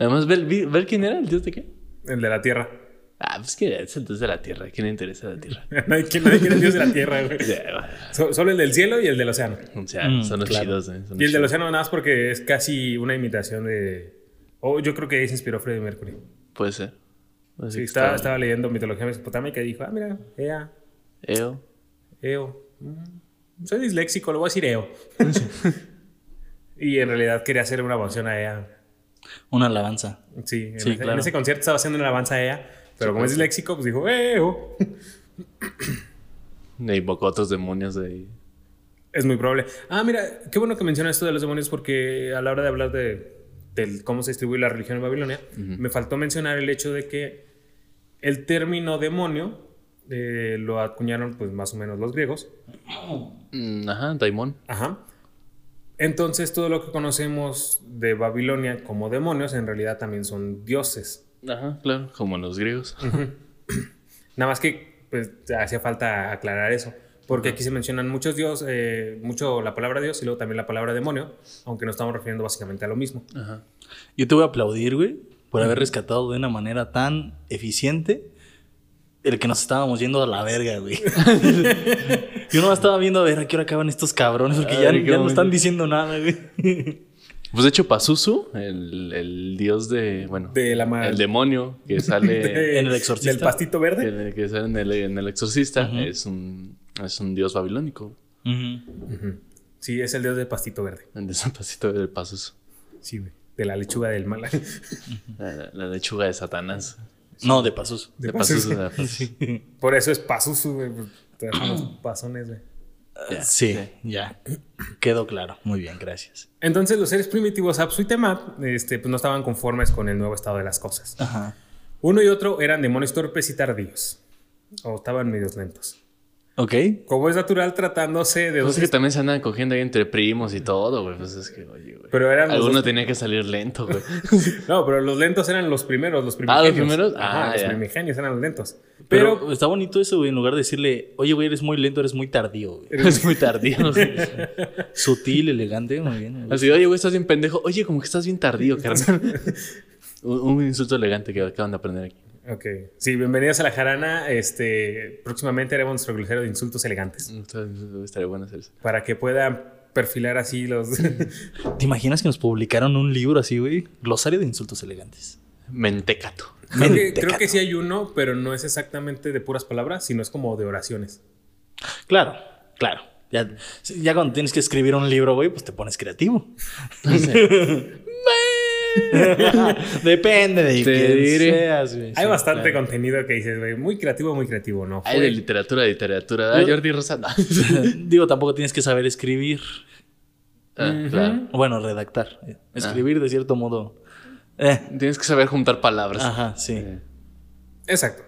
Speaker 2: Además, Bel, vi- ¿Bel quién era? ¿El dios de qué?
Speaker 3: El de la tierra.
Speaker 2: Ah, pues que es el dios de la tierra. ¿Quién le interesa la tierra?
Speaker 3: Nadie quiere nadie quiere el dios de la tierra, güey.
Speaker 2: Ya, va.
Speaker 3: So- solo el del cielo y el del océano.
Speaker 2: O sea,
Speaker 1: Mm,
Speaker 2: son los
Speaker 1: claro.
Speaker 2: chidos. ¿eh? Son
Speaker 3: Y el del
Speaker 2: chidos.
Speaker 3: océano nada más porque es casi una imitación de... Oh, yo creo que ahí se inspiró Freddie Mercury.
Speaker 2: Puede ser. Puede ser
Speaker 3: Sí,
Speaker 2: que
Speaker 3: estaba,
Speaker 2: estaba-
Speaker 3: estaba leyendo mitología mesopotámica y dijo, ah, mira, Ea,
Speaker 2: Eo.
Speaker 3: Eo. Mm, Soy disléxico, lo voy a decir Eo. y en realidad quería hacer una canción a Ea.
Speaker 1: Una alabanza.
Speaker 3: Sí, en,
Speaker 1: Sí,
Speaker 3: ese,
Speaker 1: claro.
Speaker 3: en ese concierto estaba haciendo una alabanza a ella, pero como es disléxico, pues dijo, "Eh, oh".
Speaker 2: Y invocó a otros demonios de ahí.
Speaker 3: Es muy probable. Ah, mira, qué bueno que mencionas esto de los demonios porque a la hora de hablar de, del cómo se distribuye la religión en Babilonia, me faltó mencionar el hecho de que el término demonio eh, lo acuñaron pues más o menos los griegos.
Speaker 2: Mm, ajá, Daimon.
Speaker 3: Ajá. Entonces todo lo que conocemos de Babilonia como demonios en realidad también son dioses.
Speaker 2: Ajá, claro, como los griegos.
Speaker 3: Nada más que pues hacía falta aclarar eso, porque aquí se mencionan muchos dios, eh, mucho la palabra dios y luego también la palabra demonio, aunque nos estamos refiriendo básicamente a lo mismo.
Speaker 2: Ajá.
Speaker 1: Yo te voy a aplaudir, güey, por haber rescatado de una manera tan eficiente el que nos estábamos yendo a la verga, güey. Yo no estaba viendo a ver a qué hora acaban estos cabrones porque
Speaker 2: Ay,
Speaker 1: ya,
Speaker 2: qué
Speaker 1: ya no están
Speaker 2: bonito.
Speaker 1: diciendo nada, güey.
Speaker 2: Pues de hecho, Pazuzu, el, el dios de. Bueno,
Speaker 3: De la ma-
Speaker 2: el demonio que sale.
Speaker 3: de-
Speaker 1: en el exorcista.
Speaker 3: Del pastito verde.
Speaker 2: el- que sale en el, en el exorcista es, un, es un dios babilónico.
Speaker 1: Ujú.
Speaker 3: Ujú. Sí, es el dios del pastito verde.
Speaker 2: El de San Pasito del Pazuzu.
Speaker 3: Sí, güey. De la lechuga del mal.
Speaker 2: La, la- la lechuga de Satanás.
Speaker 1: No, de pasos.
Speaker 2: De
Speaker 3: De
Speaker 2: Pazuzu.
Speaker 3: Pazuzu.
Speaker 2: de Pazuzu.
Speaker 3: Por eso es Pazuzu, güey. pues, Te dejan los pasones, güey.
Speaker 2: Ya,
Speaker 1: Ah, sí, ya. Quedó claro. Muy bien, gracias.
Speaker 3: Entonces los seres primitivos Apsu y Temat este, pues, no estaban conformes con el nuevo estado de las cosas.
Speaker 1: Ajá.
Speaker 3: Uno y otro eran demonios torpes y tardíos. O estaban medios lentos.
Speaker 1: Ok.
Speaker 3: Como es natural tratándose de
Speaker 2: Pues
Speaker 3: dos...
Speaker 2: es que también se andan cogiendo ahí entre primos y todo, güey. Pues es que, oye, güey.
Speaker 3: Pero eran los
Speaker 2: Alguno
Speaker 3: dos-
Speaker 2: tenía que salir lento, güey.
Speaker 3: No, pero los lentos eran los primeros, los
Speaker 2: Ah,
Speaker 3: primigenios.
Speaker 2: ¿los primeros?
Speaker 3: Ajá,
Speaker 2: Ah,
Speaker 3: los
Speaker 2: ya.
Speaker 3: primigenios eran los lentos.
Speaker 1: Pero,
Speaker 3: Pero,
Speaker 1: está bonito eso, güey. En lugar de decirle, oye, güey, eres muy lento, eres muy tardío, güey.
Speaker 2: es muy tardío. güey.
Speaker 1: Sutil, elegante, muy bien. güey.
Speaker 2: Así, oye, güey, estás bien pendejo. Oye, como que estás bien tardío, carnal. un, un insulto elegante que acaban de aprender aquí.
Speaker 3: ok. Sí, bienvenidos a la jarana. Este, próximamente haremos nuestro crucero de insultos elegantes
Speaker 2: Entonces, Estaría bueno hacer eso.
Speaker 3: para que puedan perfilar así los...
Speaker 1: ¿Te imaginas que nos publicaron un libro así, güey? Glosario de insultos elegantes.
Speaker 2: Mentecato.
Speaker 3: creo, que,
Speaker 1: Mentecato.
Speaker 3: creo que sí hay uno, pero no es exactamente de puras palabras, sino es como de oraciones.
Speaker 1: Claro, claro. Ya, ya cuando tienes que escribir un libro, güey, pues te pones creativo. Depende de
Speaker 2: Te
Speaker 1: quién
Speaker 2: diré.
Speaker 1: seas, güey.
Speaker 3: hay
Speaker 1: Sí,
Speaker 3: bastante
Speaker 1: claro.
Speaker 3: contenido que dices, güey, muy creativo, muy creativo, ¿no?
Speaker 2: Hay de literatura, de literatura. Ah,
Speaker 1: Yo-
Speaker 2: Jordi Rosana.
Speaker 1: Digo, tampoco tienes que saber escribir.
Speaker 2: ah, claro.
Speaker 1: Bueno, redactar. Escribir, de cierto modo. Eh,
Speaker 2: Tienes que saber juntar palabras.
Speaker 3: Ah.
Speaker 1: ajá, sí.
Speaker 3: Exacto.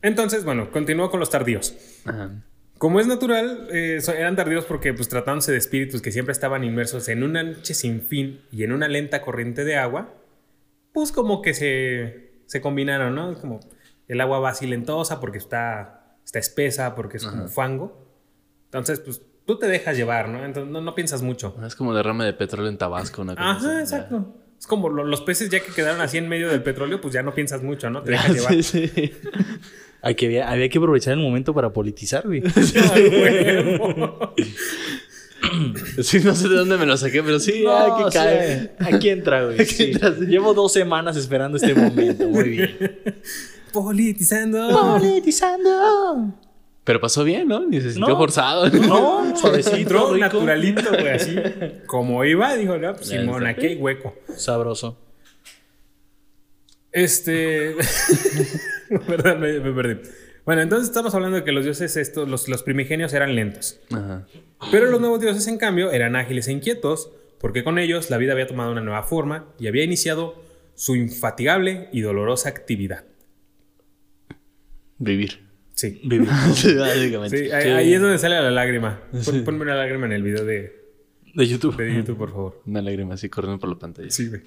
Speaker 3: Entonces, bueno, continúo con los tardíos.
Speaker 2: Ajá.
Speaker 3: Como es natural, eh, so- eran tardíos porque pues tratándose de espíritus que siempre estaban inmersos en una noche sin fin y en una lenta corriente de agua, pues como que se, se combinaron, ¿no? Es como el agua va así lentosa porque está, está espesa, porque es como fango. Entonces, pues tú te dejas llevar, ¿no? Entonces no, no piensas mucho.
Speaker 2: Es como derrame de petróleo en Tabasco. Una cosa así,
Speaker 3: Ajá,
Speaker 2: Ah, ya.
Speaker 3: exacto. Es como lo- los peces ya que quedaron así en medio del petróleo, pues ya no piensas mucho, ¿no? Te dejas llevar.
Speaker 1: Sí, sí. Hay que, había, había que aprovechar el momento para politizar, güey.
Speaker 3: Ay, huevo.
Speaker 2: Sí, no sé de dónde me lo saqué, pero sí,
Speaker 1: No,
Speaker 2: ah, que
Speaker 1: o sea,
Speaker 2: cae.
Speaker 1: aquí entra, güey. sí. Llevo dos semanas esperando este momento. Muy bien.
Speaker 3: Politizando.
Speaker 1: Politizando.
Speaker 2: Pero pasó bien, ¿no? Ni se sintió
Speaker 1: No.
Speaker 2: forzado.
Speaker 1: No, suavecito,
Speaker 3: Entró
Speaker 1: rico,
Speaker 3: naturalito, güey, así. Como iba, dijo, no, pues
Speaker 2: Ya
Speaker 3: Simón,
Speaker 2: está.
Speaker 3: aquí hay hueco.
Speaker 1: sabroso.
Speaker 3: Este. Perdón, me, me perdí. Bueno, entonces estamos hablando de que los dioses estos, los, los primigenios eran lentos.
Speaker 2: Ajá.
Speaker 3: Pero los nuevos dioses, en cambio, eran ágiles e inquietos, porque con ellos la vida había tomado una nueva forma y había iniciado su infatigable y dolorosa actividad.
Speaker 2: Vivir.
Speaker 3: Sí.
Speaker 1: Vivir.
Speaker 2: Sí, básicamente.
Speaker 3: Sí, ahí,
Speaker 1: Sí.
Speaker 3: ahí es donde sale la lágrima. Pon- ponme una lágrima en el video de,
Speaker 1: De YouTube.
Speaker 3: de YouTube, por favor.
Speaker 2: Una lágrima así corriendo por la pantalla.
Speaker 3: Sí, güey.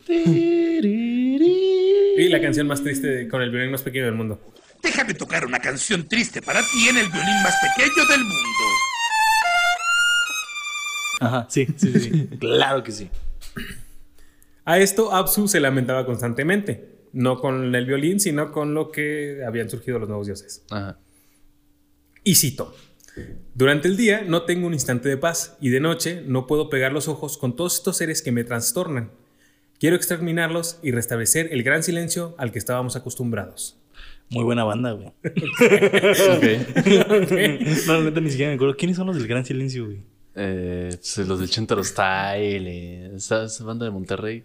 Speaker 3: Y la canción más triste de- con el violín más pequeño del mundo.
Speaker 4: Déjame tocar una canción triste para ti en el violín más pequeño del mundo.
Speaker 1: Ajá, sí, sí, sí, sí. Claro que sí.
Speaker 3: A esto Apsu se lamentaba constantemente, no con el violín, sino con lo que habían surgido los nuevos dioses.
Speaker 2: Ajá.
Speaker 3: Y cito, durante el día no tengo un instante de paz y de noche no puedo pegar los ojos con todos estos seres que me trastornan. Quiero exterminarlos y restablecer el gran silencio al que estábamos acostumbrados.
Speaker 1: Muy buena banda, güey.
Speaker 2: Ok.
Speaker 1: No, la neta ni siquiera me acuerdo. ¿Quiénes son los del Gran Silencio, güey?
Speaker 2: Eh, pues, los del Chentaro Style. eh, esa, esa banda de Monterrey.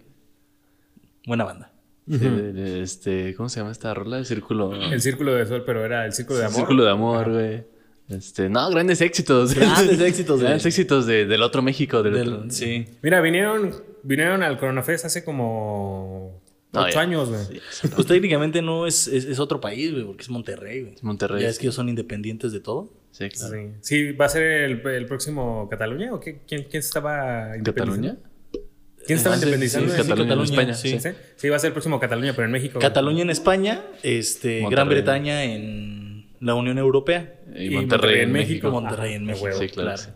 Speaker 1: Buena banda.
Speaker 2: El- el- este, ¿Cómo se llama esta rola? El círculo.
Speaker 3: El círculo de sol, pero era el círculo de
Speaker 2: El
Speaker 3: amor.
Speaker 2: círculo de amor, güey. Este, no, grandes éxitos.
Speaker 1: Grandes éxitos, güey.
Speaker 2: Grandes éxitos de- del otro México. Del, otro-
Speaker 1: Del- sí.
Speaker 3: Mira, vinieron, vinieron al Coronafest hace como
Speaker 2: No,
Speaker 3: ocho
Speaker 2: ya.
Speaker 3: años, güey.
Speaker 2: Sí,
Speaker 1: Pues técnicamente no es, es, es otro país, güey, porque es Monterrey, güey.
Speaker 2: Monterrey.
Speaker 1: Ya es que ellos son independientes de todo.
Speaker 2: sí, claro.
Speaker 3: Sí. Sí, ¿va a ser el, el próximo Cataluña o qué? ¿Quién, quién se estaba
Speaker 2: ¿Cataluña?
Speaker 3: independizando? ¿Quién se estaba
Speaker 1: Ah, sí,
Speaker 3: independizando?
Speaker 1: sí,
Speaker 3: de-
Speaker 1: sí,
Speaker 2: Cataluña, en
Speaker 1: Cataluña,
Speaker 2: España.
Speaker 1: sí.
Speaker 2: Sí.
Speaker 3: ¿Sí? Sí, va a ser el próximo Cataluña, pero en México. güey.
Speaker 1: Cataluña en España, este,
Speaker 2: Monterrey.
Speaker 1: Gran Bretaña en la Unión Europea.
Speaker 2: Y, Monterrey en México.
Speaker 1: Monterrey en
Speaker 3: Ah,
Speaker 1: México.
Speaker 3: huevo,
Speaker 2: Sí, claro.
Speaker 1: claro.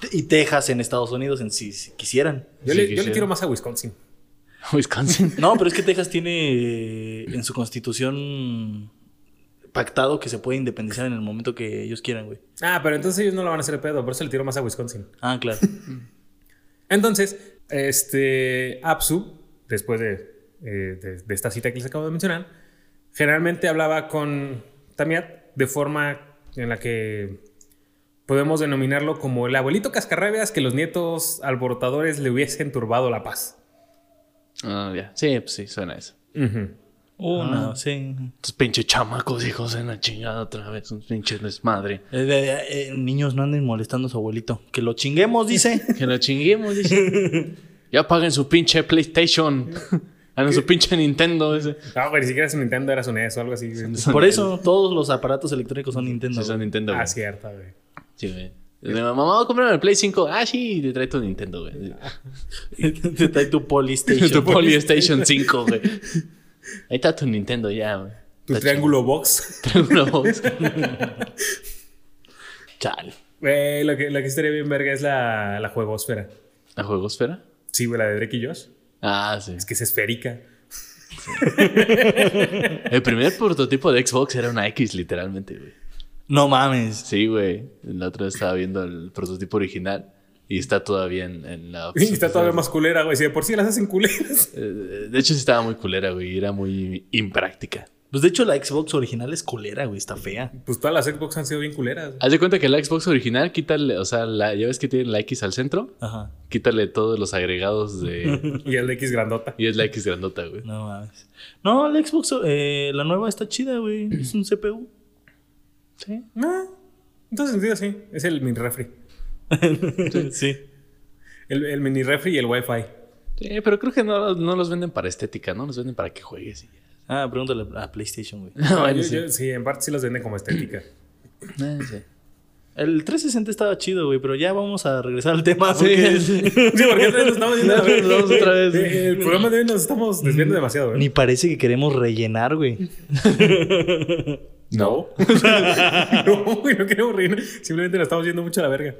Speaker 1: Te- Y Texas en Estados Unidos, en si, si quisieran.
Speaker 3: Yo,
Speaker 2: Sí,
Speaker 3: le, yo le
Speaker 2: quisiera.
Speaker 3: tiro más a Wisconsin.
Speaker 2: Wisconsin.
Speaker 1: No, pero es que Texas tiene eh, en su constitución pactado que se puede independizar en el momento que ellos quieran, güey.
Speaker 3: Ah, pero entonces ellos no lo van a hacer de pedo, por eso le tiro más a Wisconsin.
Speaker 1: Ah, claro.
Speaker 3: Entonces, este Apsu, después de, eh, de- de esta cita que les acabo de mencionar, generalmente hablaba con Tamiat de forma en la que podemos denominarlo como el abuelito cascarrabias que los nietos alborotadores le hubiesen turbado la paz.
Speaker 2: Ah, ya. Sí, pues sí, suena eso.
Speaker 3: Ujú.
Speaker 1: Una, sí.
Speaker 2: Estos pinches chamacos, hijos de la chingada otra vez. Un pinche desmadre.
Speaker 1: Eh, eh, eh, niños, no anden molestando a su abuelito. Que lo chinguemos, dice.
Speaker 2: Que lo chinguemos, dice. ya paguen su pinche PlayStation. Hagan su pinche Nintendo. Ese.
Speaker 3: Ah, güey, ni siquiera su Nintendo era su NES o algo así. güey.
Speaker 1: Por eso todos los aparatos electrónicos son Nintendo.
Speaker 2: Sí, son
Speaker 1: güey.
Speaker 2: Nintendo, güey.
Speaker 3: Ah, cierto, güey.
Speaker 2: Sí, güey. De mamá, mamá, voy a comprar el Play 5. Ah, sí, te trae tu Nintendo, güey.
Speaker 1: Te trae tu Polystation.
Speaker 2: tu PlayStation 5, güey. Ahí está tu Nintendo ya, güey.
Speaker 3: Tu
Speaker 2: Está
Speaker 3: triángulo box.
Speaker 2: chido. Triángulo box.
Speaker 1: Chale.
Speaker 3: Güey, lo que, lo que estaría bien verga es la, la juegosfera.
Speaker 2: ¿La juegosfera?
Speaker 3: Sí, güey, la de Drake y Josh.
Speaker 2: Ah, sí.
Speaker 3: Es que es esférica.
Speaker 2: El primer prototipo de Xbox era una X, literalmente, güey.
Speaker 1: No mames.
Speaker 2: Sí, güey. La otra vez estaba viendo el prototipo original Y está todavía en, en la...
Speaker 3: Y está todavía más culera, güey. Si de por sí las hacen culeras.
Speaker 2: Eh, De hecho, sí estaba muy culera, güey. Era muy impráctica.
Speaker 1: Pues de hecho la Xbox original es culera, güey, está fea.
Speaker 3: Pues todas las Xbox han sido bien culeras.
Speaker 2: Haz de cuenta que la Xbox original, quítale, o sea, la, ya ves que tiene la X al centro,
Speaker 1: Ajá.
Speaker 2: quítale todos los agregados de...
Speaker 3: Y el de X grandota.
Speaker 2: y es la X grandota, güey.
Speaker 1: No mames. No, la Xbox, eh, la nueva está chida, güey. Es un CPU.
Speaker 2: Sí.
Speaker 3: Ah, entonces sentido sí. Es el mini refri.
Speaker 1: sí.
Speaker 3: El, el mini refri y el wifi.
Speaker 2: Sí, pero creo que no, no los venden para estética, ¿no? Los venden para que juegues y ya.
Speaker 1: Ah, pregúntale a PlayStation, güey.
Speaker 2: No,
Speaker 3: Ah,
Speaker 2: bueno,
Speaker 3: yo-
Speaker 2: sí.
Speaker 3: yo- sí, en parte sí las venden como estética.
Speaker 2: Eh, sí.
Speaker 1: El 360 estaba chido, güey, pero ya vamos a regresar al tema.
Speaker 2: Sí,
Speaker 1: porque-
Speaker 3: Sí, porque otra vez nos estamos yendo a la verga.
Speaker 2: Nos vamos otra vez.
Speaker 3: Eh, El programa de hoy nos estamos desviando demasiado,
Speaker 1: Ni
Speaker 3: ¿eh?
Speaker 1: parece que queremos rellenar, güey.
Speaker 2: No.
Speaker 3: no, güey, no queremos reír. Simplemente nos estamos yendo mucho a la verga.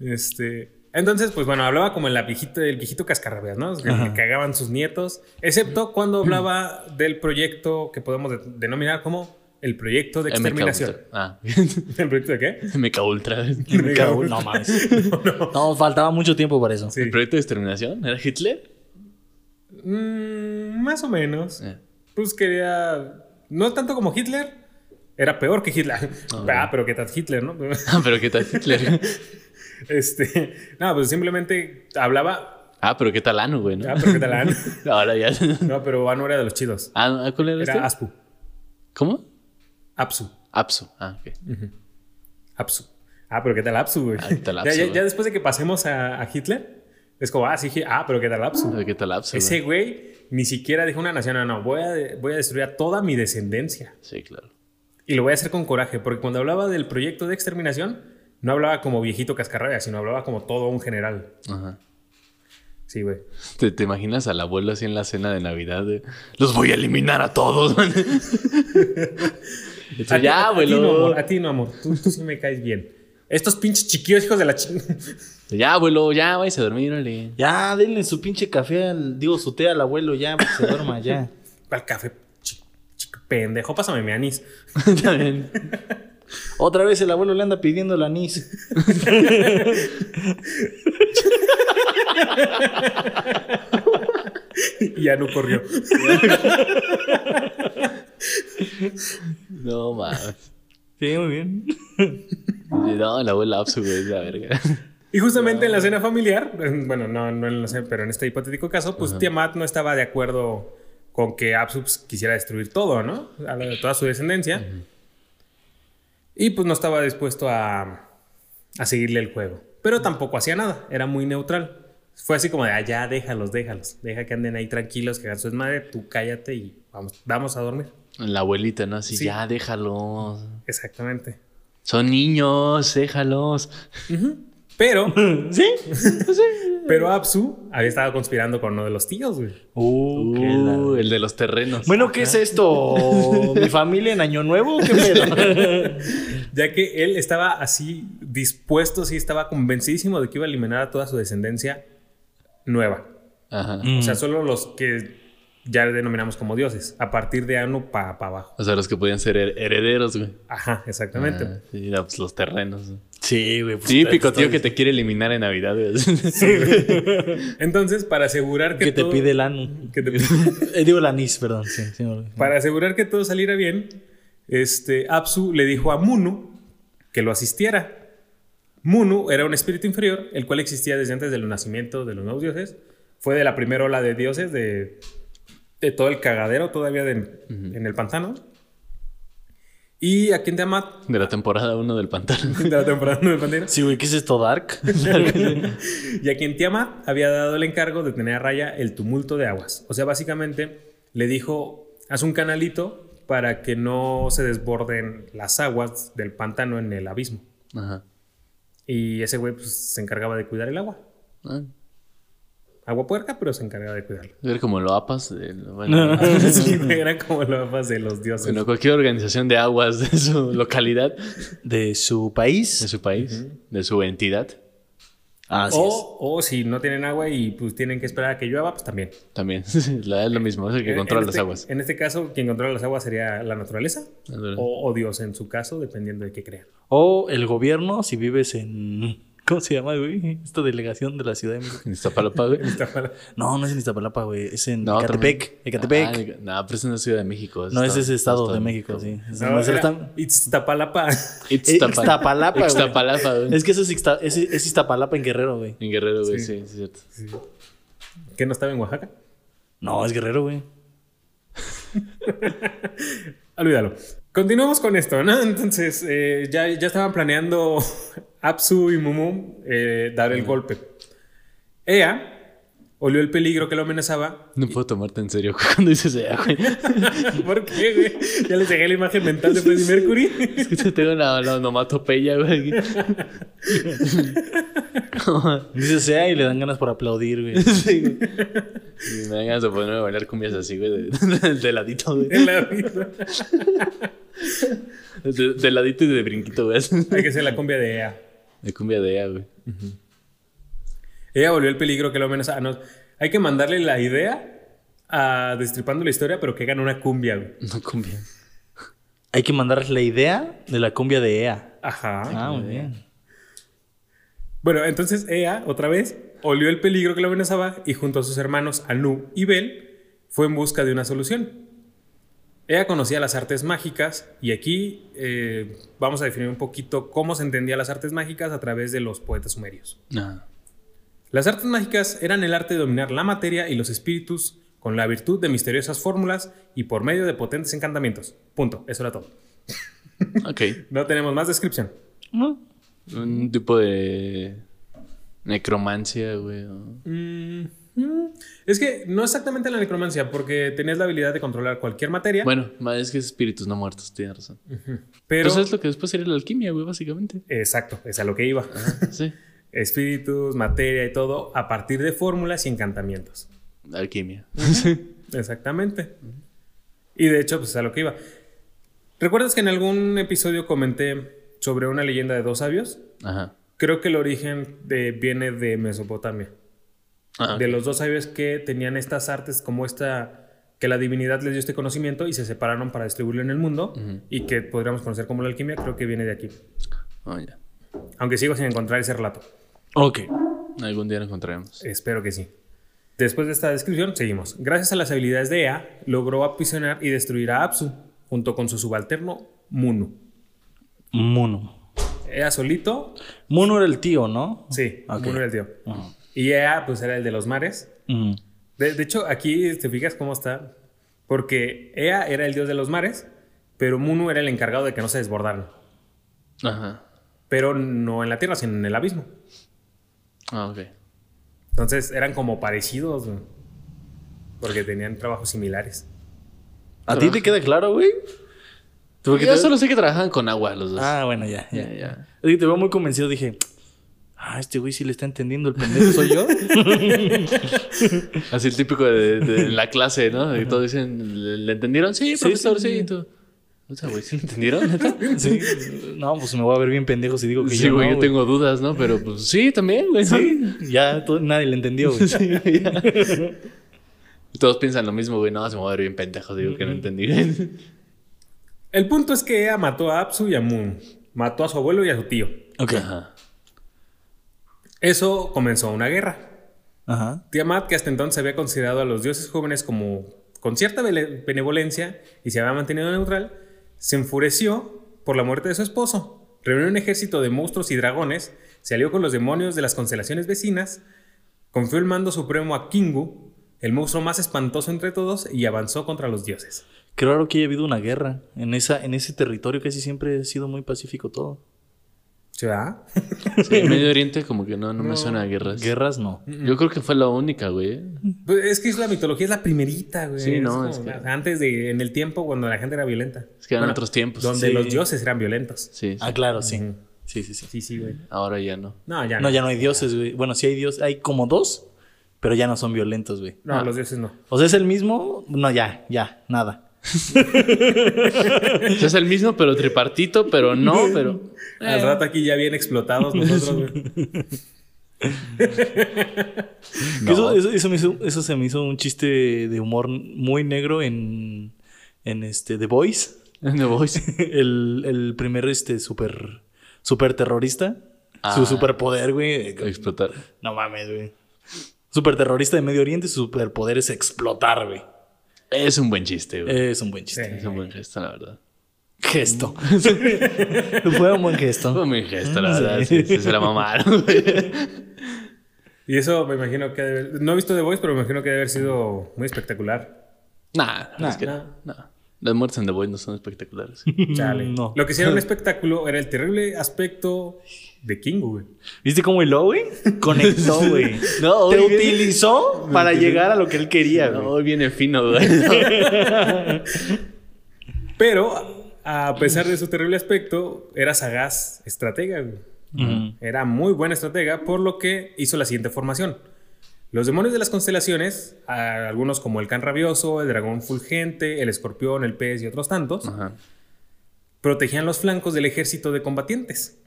Speaker 3: Este. Entonces, pues bueno, hablaba como el viejito, el viejito cascarrabias, ¿no? Que
Speaker 1: Ajá.
Speaker 3: cagaban sus nietos. Excepto cuando hablaba del proyecto que podemos de- denominar como el proyecto de
Speaker 2: MK
Speaker 3: exterminación.
Speaker 2: Ultra. Ah.
Speaker 3: ¿El proyecto de qué?
Speaker 2: MK Ultra.
Speaker 1: Me cago- No mames. No, faltaba mucho tiempo para eso.
Speaker 3: Sí.
Speaker 2: ¿El proyecto de exterminación? ¿Era Hitler?
Speaker 3: Mm, más o menos.
Speaker 2: Eh.
Speaker 3: Pues quería. No tanto como Hitler. Era peor que Hitler. ah, pero qué tal Hitler, ¿no?
Speaker 2: Ah, pero ¿qué tal Hitler?
Speaker 3: Este, no, pues simplemente hablaba.
Speaker 2: ah, pero ¿qué tal Anu, güey? ¿no?
Speaker 3: Ah, pero qué tal Anu.
Speaker 2: Ahora ya.
Speaker 3: No, pero Anu era de los chidos.
Speaker 2: Ah, ¿Cuál era, este?
Speaker 3: Era Aspu.
Speaker 2: ¿Cómo?
Speaker 3: Apsu.
Speaker 2: Apsu. Ah, ok.
Speaker 3: Apsu. Ah, pero qué tal Apsu, güey.
Speaker 2: Ah, qué tal
Speaker 3: Ya-
Speaker 2: Apsu,
Speaker 3: ya,
Speaker 2: güey.
Speaker 3: ya después de que pasemos a, a Hitler, es como, ah, sí, Hi- ah, pero qué tal Apsu.
Speaker 2: ¿Qué tal Apsu?
Speaker 3: Ese
Speaker 2: güey?
Speaker 3: güey ni siquiera dijo una nación, no, no, voy a, de- voy a destruir a toda mi descendencia.
Speaker 2: Sí, claro.
Speaker 3: Y lo voy a hacer con coraje, porque cuando hablaba del proyecto de exterminación, no hablaba como viejito cascarrabia, sino hablaba como todo un general.
Speaker 2: Ajá.
Speaker 3: Sí, güey.
Speaker 2: ¿Te, te imaginas al abuelo así en la cena de Navidad? de, Los voy a eliminar a todos. man"? Dice,
Speaker 3: A ti-
Speaker 2: ya,
Speaker 3: a- a ti no,
Speaker 2: abuelo.
Speaker 3: amor, A ti no, amor. Tú, tú sí me caes bien. Estos pinches chiquillos, hijos de la chingada.
Speaker 2: Ya, abuelo, ya, vais a dormir, órale.
Speaker 1: Ya, denle su pinche café al, digo, su té al abuelo ya, para que se duerma ya.
Speaker 3: Al café, chi- chico pendejo. Pásame mi anís.
Speaker 2: Está bien.
Speaker 1: Otra vez el abuelo le anda pidiendo el anís.
Speaker 3: Y ya no corrió.
Speaker 2: No mames.
Speaker 1: Sí, muy bien.
Speaker 2: No, el abuelo Apsu, güey, es la verga.
Speaker 3: Y justamente en la cena familiar, en- bueno, no, no en la cena, pero en este hipotético caso, pues Tiamat no estaba de acuerdo con que Absubs quisiera destruir todo, ¿no? A la- toda su descendencia. Y pues no estaba dispuesto a, a seguirle el juego. Pero tampoco hacía nada, era muy neutral. Fue así como de, ah, ya déjalos, déjalos. Deja que anden ahí tranquilos, que hagan su desmadre, tú cállate y vamos, vamos a dormir.
Speaker 2: La abuelita, ¿no? Así,
Speaker 3: Sí.
Speaker 2: ya, déjalos.
Speaker 3: Exactamente.
Speaker 2: Son niños, déjalos.
Speaker 3: Pero,
Speaker 1: ¿Sí?
Speaker 3: pero Absu había estado conspirando con uno de los tíos, güey.
Speaker 1: Uh, qué la-
Speaker 2: Uh, el de los terrenos.
Speaker 1: Bueno, ¿qué es esto? ¿Mi familia en Año Nuevo? ¿Qué pedo?
Speaker 3: ya que él estaba así dispuesto, sí estaba convencidísimo de que iba a eliminar a toda su descendencia nueva.
Speaker 2: Ajá.
Speaker 3: O
Speaker 1: Mm.
Speaker 3: sea, solo los que ya denominamos como dioses, a partir de Anu para abajo.
Speaker 2: O sea, los que podían ser her- herederos, güey.
Speaker 3: Ajá, exactamente.
Speaker 2: Ah, sí, no, pues los terrenos. güey.
Speaker 1: Sí, güey. pues,
Speaker 2: Típico
Speaker 1: está-
Speaker 2: tío que te quiere eliminar en Navidad. güey.
Speaker 3: Entonces, para asegurar que,
Speaker 1: que te
Speaker 3: todo-
Speaker 1: pide el ano.
Speaker 3: que te-
Speaker 1: Eh, digo el anís, perdón. Sí, sí, me olvidé.
Speaker 3: para asegurar que todo saliera bien, este Apsu le dijo a Munu que lo asistiera. Munu era un espíritu inferior, el cual existía desde antes del nacimiento de los nuevos dioses. Fue de la primera ola de dioses, de, de todo el cagadero todavía de- en el pantano. Y a quien te ama
Speaker 2: De la temporada 1 del pantano.
Speaker 3: de la temporada del pantano.
Speaker 1: Sí, güey, ¿qué es esto, Dark?
Speaker 3: Y a quien Tiamat había dado el encargo de tener a raya el tumulto de aguas. O sea, básicamente le dijo, haz un canalito para que no se desborden las aguas del pantano en el abismo.
Speaker 2: Ajá.
Speaker 3: Y ese güey pues, se encargaba de cuidar el agua.
Speaker 2: Ah,
Speaker 3: Agua puerca, pero se encargaba de cuidarla.
Speaker 2: era como lo apas. eh, bueno,
Speaker 3: Sí, güey, era como lo más de los dioses.
Speaker 2: bueno, cualquier organización de aguas de su localidad,
Speaker 1: De su
Speaker 2: de
Speaker 1: país.
Speaker 2: su país, de su entidad,
Speaker 1: Así es.
Speaker 3: o, o si no tienen agua y pues tienen que esperar a que llueva, pues también.
Speaker 2: también. La- es lo mismo, es el que
Speaker 1: Eh,
Speaker 3: En-
Speaker 2: controla
Speaker 3: en
Speaker 2: las
Speaker 3: este-
Speaker 2: aguas.
Speaker 3: En este caso, quien controla las aguas sería la naturaleza
Speaker 2: Ándale.
Speaker 3: o, o Dios en su caso, dependiendo de qué crean.
Speaker 1: O el gobierno, si vives en ¿Cómo se llama, güey? Esta delegación de la Ciudad de México.
Speaker 2: En Iztapalapa, güey.
Speaker 1: No, no es en Iztapalapa, güey. Es en
Speaker 2: No,
Speaker 1: Este- Ecatepec.
Speaker 2: también.
Speaker 1: Ecatepec.
Speaker 2: Ah, de- nah, pero es en la Ciudad de México.
Speaker 1: no, ese
Speaker 2: ese
Speaker 1: es Estado de México, sí. Es
Speaker 3: No,
Speaker 1: no, es
Speaker 3: era
Speaker 1: Esta-
Speaker 3: Iztapalapa.
Speaker 1: Ixtapalapa,
Speaker 2: Iztapalapa.
Speaker 1: güey.
Speaker 2: Ixtapalapa, güey.
Speaker 1: Es que eso es, Ixta- es- es Iztapalapa en Guerrero, güey.
Speaker 2: En Guerrero, güey,
Speaker 3: Sí.
Speaker 2: sí, es cierto.
Speaker 3: ¿Qué no estaba en Oaxaca?
Speaker 1: No, es Guerrero, güey.
Speaker 3: Olvídalo. Continuamos con esto, ¿no? Entonces, eh, ya, ya estaban planeando Apsu y Mumu eh, dar el golpe. Ea olió el peligro que lo amenazaba.
Speaker 2: No puedo tomarte en serio güey, cuando dices eso, güey.
Speaker 3: ¿Por qué, güey? Ya les dejé la imagen mental de Freddie Mercury.
Speaker 2: Es que te tengo la, la onomatopeya, güey.
Speaker 1: Dice sea y le dan ganas por aplaudir, güey.
Speaker 2: Sí, güey. Y Me dan ganas de ponerme a bailar cumbias así, güey, de, de- de ladito, güey.
Speaker 3: En la vida.
Speaker 2: De, de ladito y de brinquito, güey.
Speaker 3: Hay que ser la cumbia de Ea.
Speaker 2: De cumbia de ella, güey.
Speaker 3: Ella volvió el peligro que lo amenazaba. No, hay que mandarle la idea a Destripando la Historia, pero que hagan una cumbia, güey.
Speaker 2: No cumbia.
Speaker 1: Hay que mandarles la idea de la cumbia de EA.
Speaker 3: Ajá.
Speaker 1: Ah, muy bien.
Speaker 3: Bueno, entonces Ea, otra vez, olió el peligro que lo amenazaba y junto a sus hermanos Anu y Bel fue en busca de una solución. Ea conocía las artes mágicas y aquí eh, vamos a definir un poquito cómo se entendía las artes mágicas a través de los poetas sumerios.
Speaker 2: Ah,
Speaker 3: Las artes mágicas eran el arte de dominar la materia y los espíritus con la virtud de misteriosas fórmulas y por medio de potentes encantamientos. Punto, eso era todo.
Speaker 2: ok.
Speaker 3: No tenemos más descripción.
Speaker 1: No,
Speaker 2: Un tipo de necromancia, güey. ¿no?
Speaker 3: Mm, mm. Es que no exactamente la necromancia, porque tenías la habilidad de controlar cualquier materia,
Speaker 2: Bueno, más es que es espíritus no muertos, tienes razón.
Speaker 3: pero...
Speaker 2: Pero es lo que después sería la alquimia, güey, básicamente.
Speaker 3: Exacto, es a lo que iba.
Speaker 2: Sí,
Speaker 3: Espíritus, materia y todo, a partir de fórmulas y encantamientos.
Speaker 2: alquimia.
Speaker 3: Exactamente. Y de hecho, pues a lo que iba. ¿Recuerdas que en algún episodio comenté sobre una leyenda de dos sabios?
Speaker 2: Ajá.
Speaker 3: Creo que el origen de- viene de Mesopotamia.
Speaker 2: Ah,
Speaker 3: de los dos sabios que tenían estas artes como esta que la divinidad les dio este conocimiento y se separaron para distribuirlo en el mundo y que podríamos conocer como la alquimia, creo que viene de aquí.
Speaker 2: oh, ya.
Speaker 3: Aunque sigo sin encontrar ese relato.
Speaker 1: Ok.
Speaker 2: Algún día lo encontraremos.
Speaker 3: Espero que sí. Después de esta descripción, seguimos. Gracias a las habilidades de Ea, logró aprisionar y destruir a Apsu, junto con su subalterno Munu.
Speaker 1: Mono.
Speaker 3: Ea solito,
Speaker 1: Mono era el tío, ¿no?
Speaker 3: sí,
Speaker 1: Ok. Ah,
Speaker 3: Munu era el tío. Y Ea, pues era el de los mares.
Speaker 1: Mm.
Speaker 3: De, de hecho, aquí te fijas cómo está. Porque Ea era el dios de los mares, pero Munu era el encargado de que no se desbordaran.
Speaker 2: Ajá.
Speaker 3: Pero no en la tierra, sino en el abismo.
Speaker 2: Ah, ok.
Speaker 3: Entonces eran como parecidos, güey, porque tenían trabajos similares.
Speaker 1: ¿A ti te queda claro, güey? ¿Tú por qué
Speaker 2: Yo
Speaker 1: te-
Speaker 2: solo sé que trabajaban con agua los dos.
Speaker 1: Ah, bueno, ya, ya.
Speaker 2: Ya, ya.
Speaker 1: Es que te veo muy convencido, dije. Ah, este güey sí le está entendiendo el pendejo, soy yo.
Speaker 2: Así el típico de, de la clase, ¿no? De que todos dicen, ¿le, le entendieron? Sí, profesor, sí.
Speaker 1: sí.
Speaker 2: y tú, O sea, güey, ¿sí le entendieron? neta?
Speaker 1: Sí. No, pues me voy a ver bien pendejo si digo que
Speaker 2: Sí,
Speaker 1: yo.
Speaker 2: güey,
Speaker 1: no,
Speaker 2: yo
Speaker 1: güey.
Speaker 2: tengo dudas, ¿no? Pero pues sí, también, güey. ¿no?
Speaker 1: Ya todo- nadie le entendió, güey.
Speaker 2: Y Todos piensan lo mismo, güey. No, se me va a ver bien pendejo, digo que no entendí.
Speaker 3: El punto es que Ea mató a Apsu y a Munu. Mató a su abuelo y a su tío.
Speaker 1: Ok.
Speaker 2: Ajá.
Speaker 3: Eso comenzó una guerra.
Speaker 1: Ajá.
Speaker 3: Tiamat, que hasta entonces había considerado a los dioses jóvenes como con cierta bele- benevolencia y se había mantenido neutral, se enfureció por la muerte de su esposo. Reunió un ejército de monstruos y dragones, se alió con los demonios de las constelaciones vecinas, confió el mando supremo a Kingu, el monstruo más espantoso entre todos, y avanzó contra los dioses.
Speaker 1: Qué raro que haya habido una guerra. En, esa, en ese territorio casi siempre ha sido muy pacífico todo.
Speaker 3: ¿Sí, verdad?
Speaker 2: Sí, Medio Oriente como que no, no, me suena a guerras.
Speaker 1: Guerras no.
Speaker 2: Yo creo que fue la única, güey.
Speaker 3: Pues es que es la mitología es la primerita, güey.
Speaker 2: Sí,
Speaker 3: Es
Speaker 2: no,
Speaker 3: como
Speaker 2: es que-
Speaker 3: la- Antes de, en el tiempo cuando la gente era violenta.
Speaker 2: Es que eran otros tiempos.
Speaker 3: Donde
Speaker 1: sí.
Speaker 3: los dioses eran violentos.
Speaker 2: Sí, sí.
Speaker 1: Ah, claro, sí. Sí, sí, sí.
Speaker 3: Sí, sí, güey.
Speaker 2: Ahora ya no.
Speaker 3: No, ya
Speaker 1: No, ya no hay dioses, güey. Bueno, sí hay dioses. Hay como dos, pero ya no son violentos, güey.
Speaker 3: No, los dioses no.
Speaker 1: O sea, es el mismo. No, ya, ya, nada.
Speaker 2: O sea, es el mismo, pero tripartito, pero no, pero...
Speaker 3: Al rato aquí ya bien explotados nosotros, güey.
Speaker 1: Que Eso, eso- eso me hizo, eso se me hizo un chiste de humor muy negro en, en este The Voice.
Speaker 2: The Voice.
Speaker 1: el, el primer este super, super terrorista.
Speaker 2: Ah.
Speaker 1: Su superpoder, güey.
Speaker 2: Explotar.
Speaker 1: No mames, güey. Superterrorista de Medio Oriente, su superpoder es explotar, güey.
Speaker 2: Es un buen chiste, güey.
Speaker 1: Es un buen chiste.
Speaker 2: Es un buen gesto, la verdad.
Speaker 1: Gesto. Fue un buen gesto.
Speaker 2: Fue mi gesto, la
Speaker 1: Sí.
Speaker 2: verdad. Sí, sí, se la mamaron, güey.
Speaker 3: Y eso me imagino que ha de haber- No he visto The Voice, pero me imagino que debe haber sido muy espectacular.
Speaker 2: Nah,
Speaker 1: Nah,
Speaker 2: es que,
Speaker 3: nah.
Speaker 2: nah. Las muertes en The Void no son espectaculares.
Speaker 3: Chale.
Speaker 1: No.
Speaker 3: Lo que hicieron un espectáculo era el terrible aspecto de King, güey.
Speaker 1: ¿Viste cómo hiló, güey? Conectó, güey.
Speaker 2: No,
Speaker 1: Te
Speaker 2: oye.
Speaker 1: utilizó para llegar a lo que él quería, güey.
Speaker 2: No, hoy viene fino, güey.
Speaker 3: Pero, a pesar de su terrible aspecto, era sagaz estratega, güey.
Speaker 1: Ujú.
Speaker 3: Era muy buena estratega, por lo que hizo la siguiente formación. Los demonios de las constelaciones, a- algunos como el can rabioso, el dragón fulgente, el escorpión, el pez y otros tantos,
Speaker 2: Ajá.
Speaker 3: protegían los flancos del ejército de combatientes.